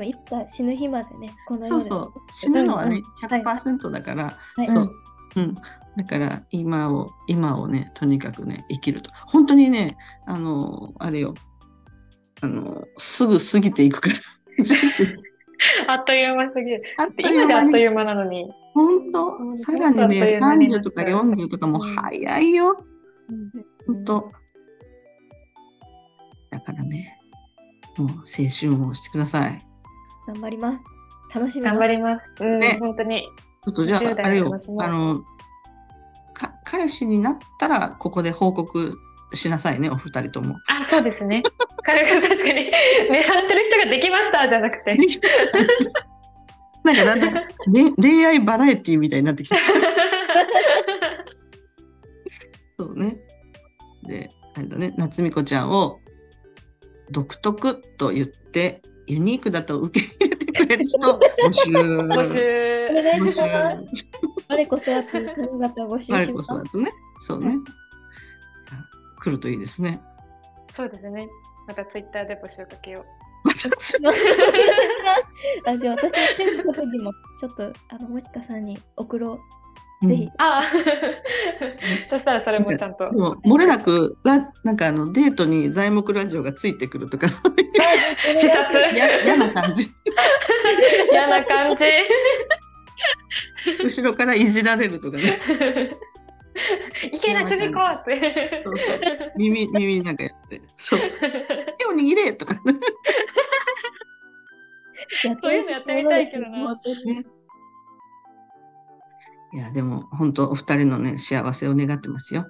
[SPEAKER 2] もいつか死ぬ日までね、この世
[SPEAKER 1] そう
[SPEAKER 2] で
[SPEAKER 1] そう。死ぬのはね、
[SPEAKER 2] はい
[SPEAKER 1] 100%だから、
[SPEAKER 2] はい
[SPEAKER 1] そう。うん。だから今を、今をね、とにかくね、生きると。本当にね、あの、あれよ、あの、すぐ過ぎていくから、 人生。
[SPEAKER 3] あっという間すぎる。
[SPEAKER 1] あっとい
[SPEAKER 3] 今
[SPEAKER 1] う
[SPEAKER 3] であ
[SPEAKER 1] 間
[SPEAKER 3] っと
[SPEAKER 1] に、
[SPEAKER 3] いう間なのに。
[SPEAKER 1] 本
[SPEAKER 3] う
[SPEAKER 1] 当
[SPEAKER 3] ん
[SPEAKER 1] さらに
[SPEAKER 3] 本当あっとい
[SPEAKER 1] ね、
[SPEAKER 3] う間に
[SPEAKER 1] 30とか40とかも
[SPEAKER 2] うん
[SPEAKER 1] 早いよ。本当、だからね、もう青春をしてください。
[SPEAKER 2] 頑張ります。楽しみ
[SPEAKER 3] 頑張ります。うん、
[SPEAKER 1] ね
[SPEAKER 3] 本当に。
[SPEAKER 1] ちょっとじゃあ
[SPEAKER 3] 20、代
[SPEAKER 1] あれ
[SPEAKER 3] の
[SPEAKER 1] よ
[SPEAKER 3] 話、も
[SPEAKER 1] あの、か彼氏になったら、ここで報告しなさいね、お二人とも。
[SPEAKER 3] あ、そうですね。彼が確かに、狙ってる人ができましたじゃなくて。
[SPEAKER 1] なんかだんだんれ恋愛バラエティーみたいになってき た。そうね。で、あれだね、夏美子ちゃんを独特と言って、ユニークだと受け入れてくれ る人、募集。
[SPEAKER 3] 募集。
[SPEAKER 2] お願いします。
[SPEAKER 1] 募集。
[SPEAKER 2] 我こそはという髪型を募集し
[SPEAKER 1] あ
[SPEAKER 2] ま
[SPEAKER 1] れ
[SPEAKER 2] す。
[SPEAKER 1] こそだとね、そうね。いや来るといいです ね。
[SPEAKER 3] そうですね。またツイッターで募集かけよう。
[SPEAKER 2] お願いします。あじゃあ私の趣味の特技もちょっとあのもしかさんに送ろう。ぜひ。
[SPEAKER 3] ああ、 そしたらそれもちゃんと
[SPEAKER 1] う ん。で。も漏れなくラなんかあのデートに材木ラジオがついてくるとか そういう
[SPEAKER 3] 視察
[SPEAKER 1] や嫌な感 じ
[SPEAKER 3] 嫌な感 じ。
[SPEAKER 1] 後ろからいじられるとかね
[SPEAKER 3] いけな、つみこっ て。
[SPEAKER 1] そうそう耳耳なんかやってそう手を握れとかね
[SPEAKER 3] そういうのやってみたいけどな。
[SPEAKER 1] いやでも本当お二人のね幸せを願ってますよ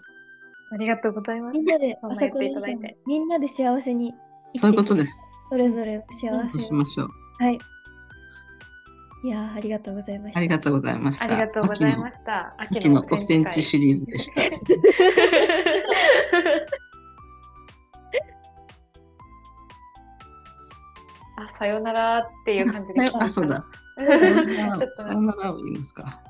[SPEAKER 3] ありがとうございます
[SPEAKER 2] み。んなで
[SPEAKER 3] そん
[SPEAKER 2] あ
[SPEAKER 3] なや
[SPEAKER 2] そこ
[SPEAKER 3] ってい
[SPEAKER 2] に
[SPEAKER 3] ただいて
[SPEAKER 2] みんなで幸せに生きて
[SPEAKER 1] そういうことです
[SPEAKER 2] それぞれ幸せ
[SPEAKER 1] そうし
[SPEAKER 2] を
[SPEAKER 1] ましょう
[SPEAKER 2] はい。いやーありがとうございました。
[SPEAKER 1] ありがとうございまし
[SPEAKER 3] あ
[SPEAKER 1] た
[SPEAKER 3] りがとうございました。
[SPEAKER 1] 秋の秋の5センチシリーズでした
[SPEAKER 3] あ、さよならっていう感じで
[SPEAKER 1] さよあそうだ
[SPEAKER 3] ち
[SPEAKER 1] さよな
[SPEAKER 3] ょっ
[SPEAKER 1] らさよ
[SPEAKER 3] と
[SPEAKER 1] ならを言いますか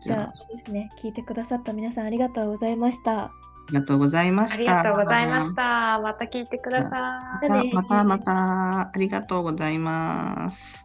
[SPEAKER 2] じゃあそうですね聞いてくださった皆さんありがとうございました。
[SPEAKER 1] ありがとうございました。
[SPEAKER 3] ありがとうございました。また聞いてくださ
[SPEAKER 1] また
[SPEAKER 3] い。
[SPEAKER 1] またまたありがとうございます。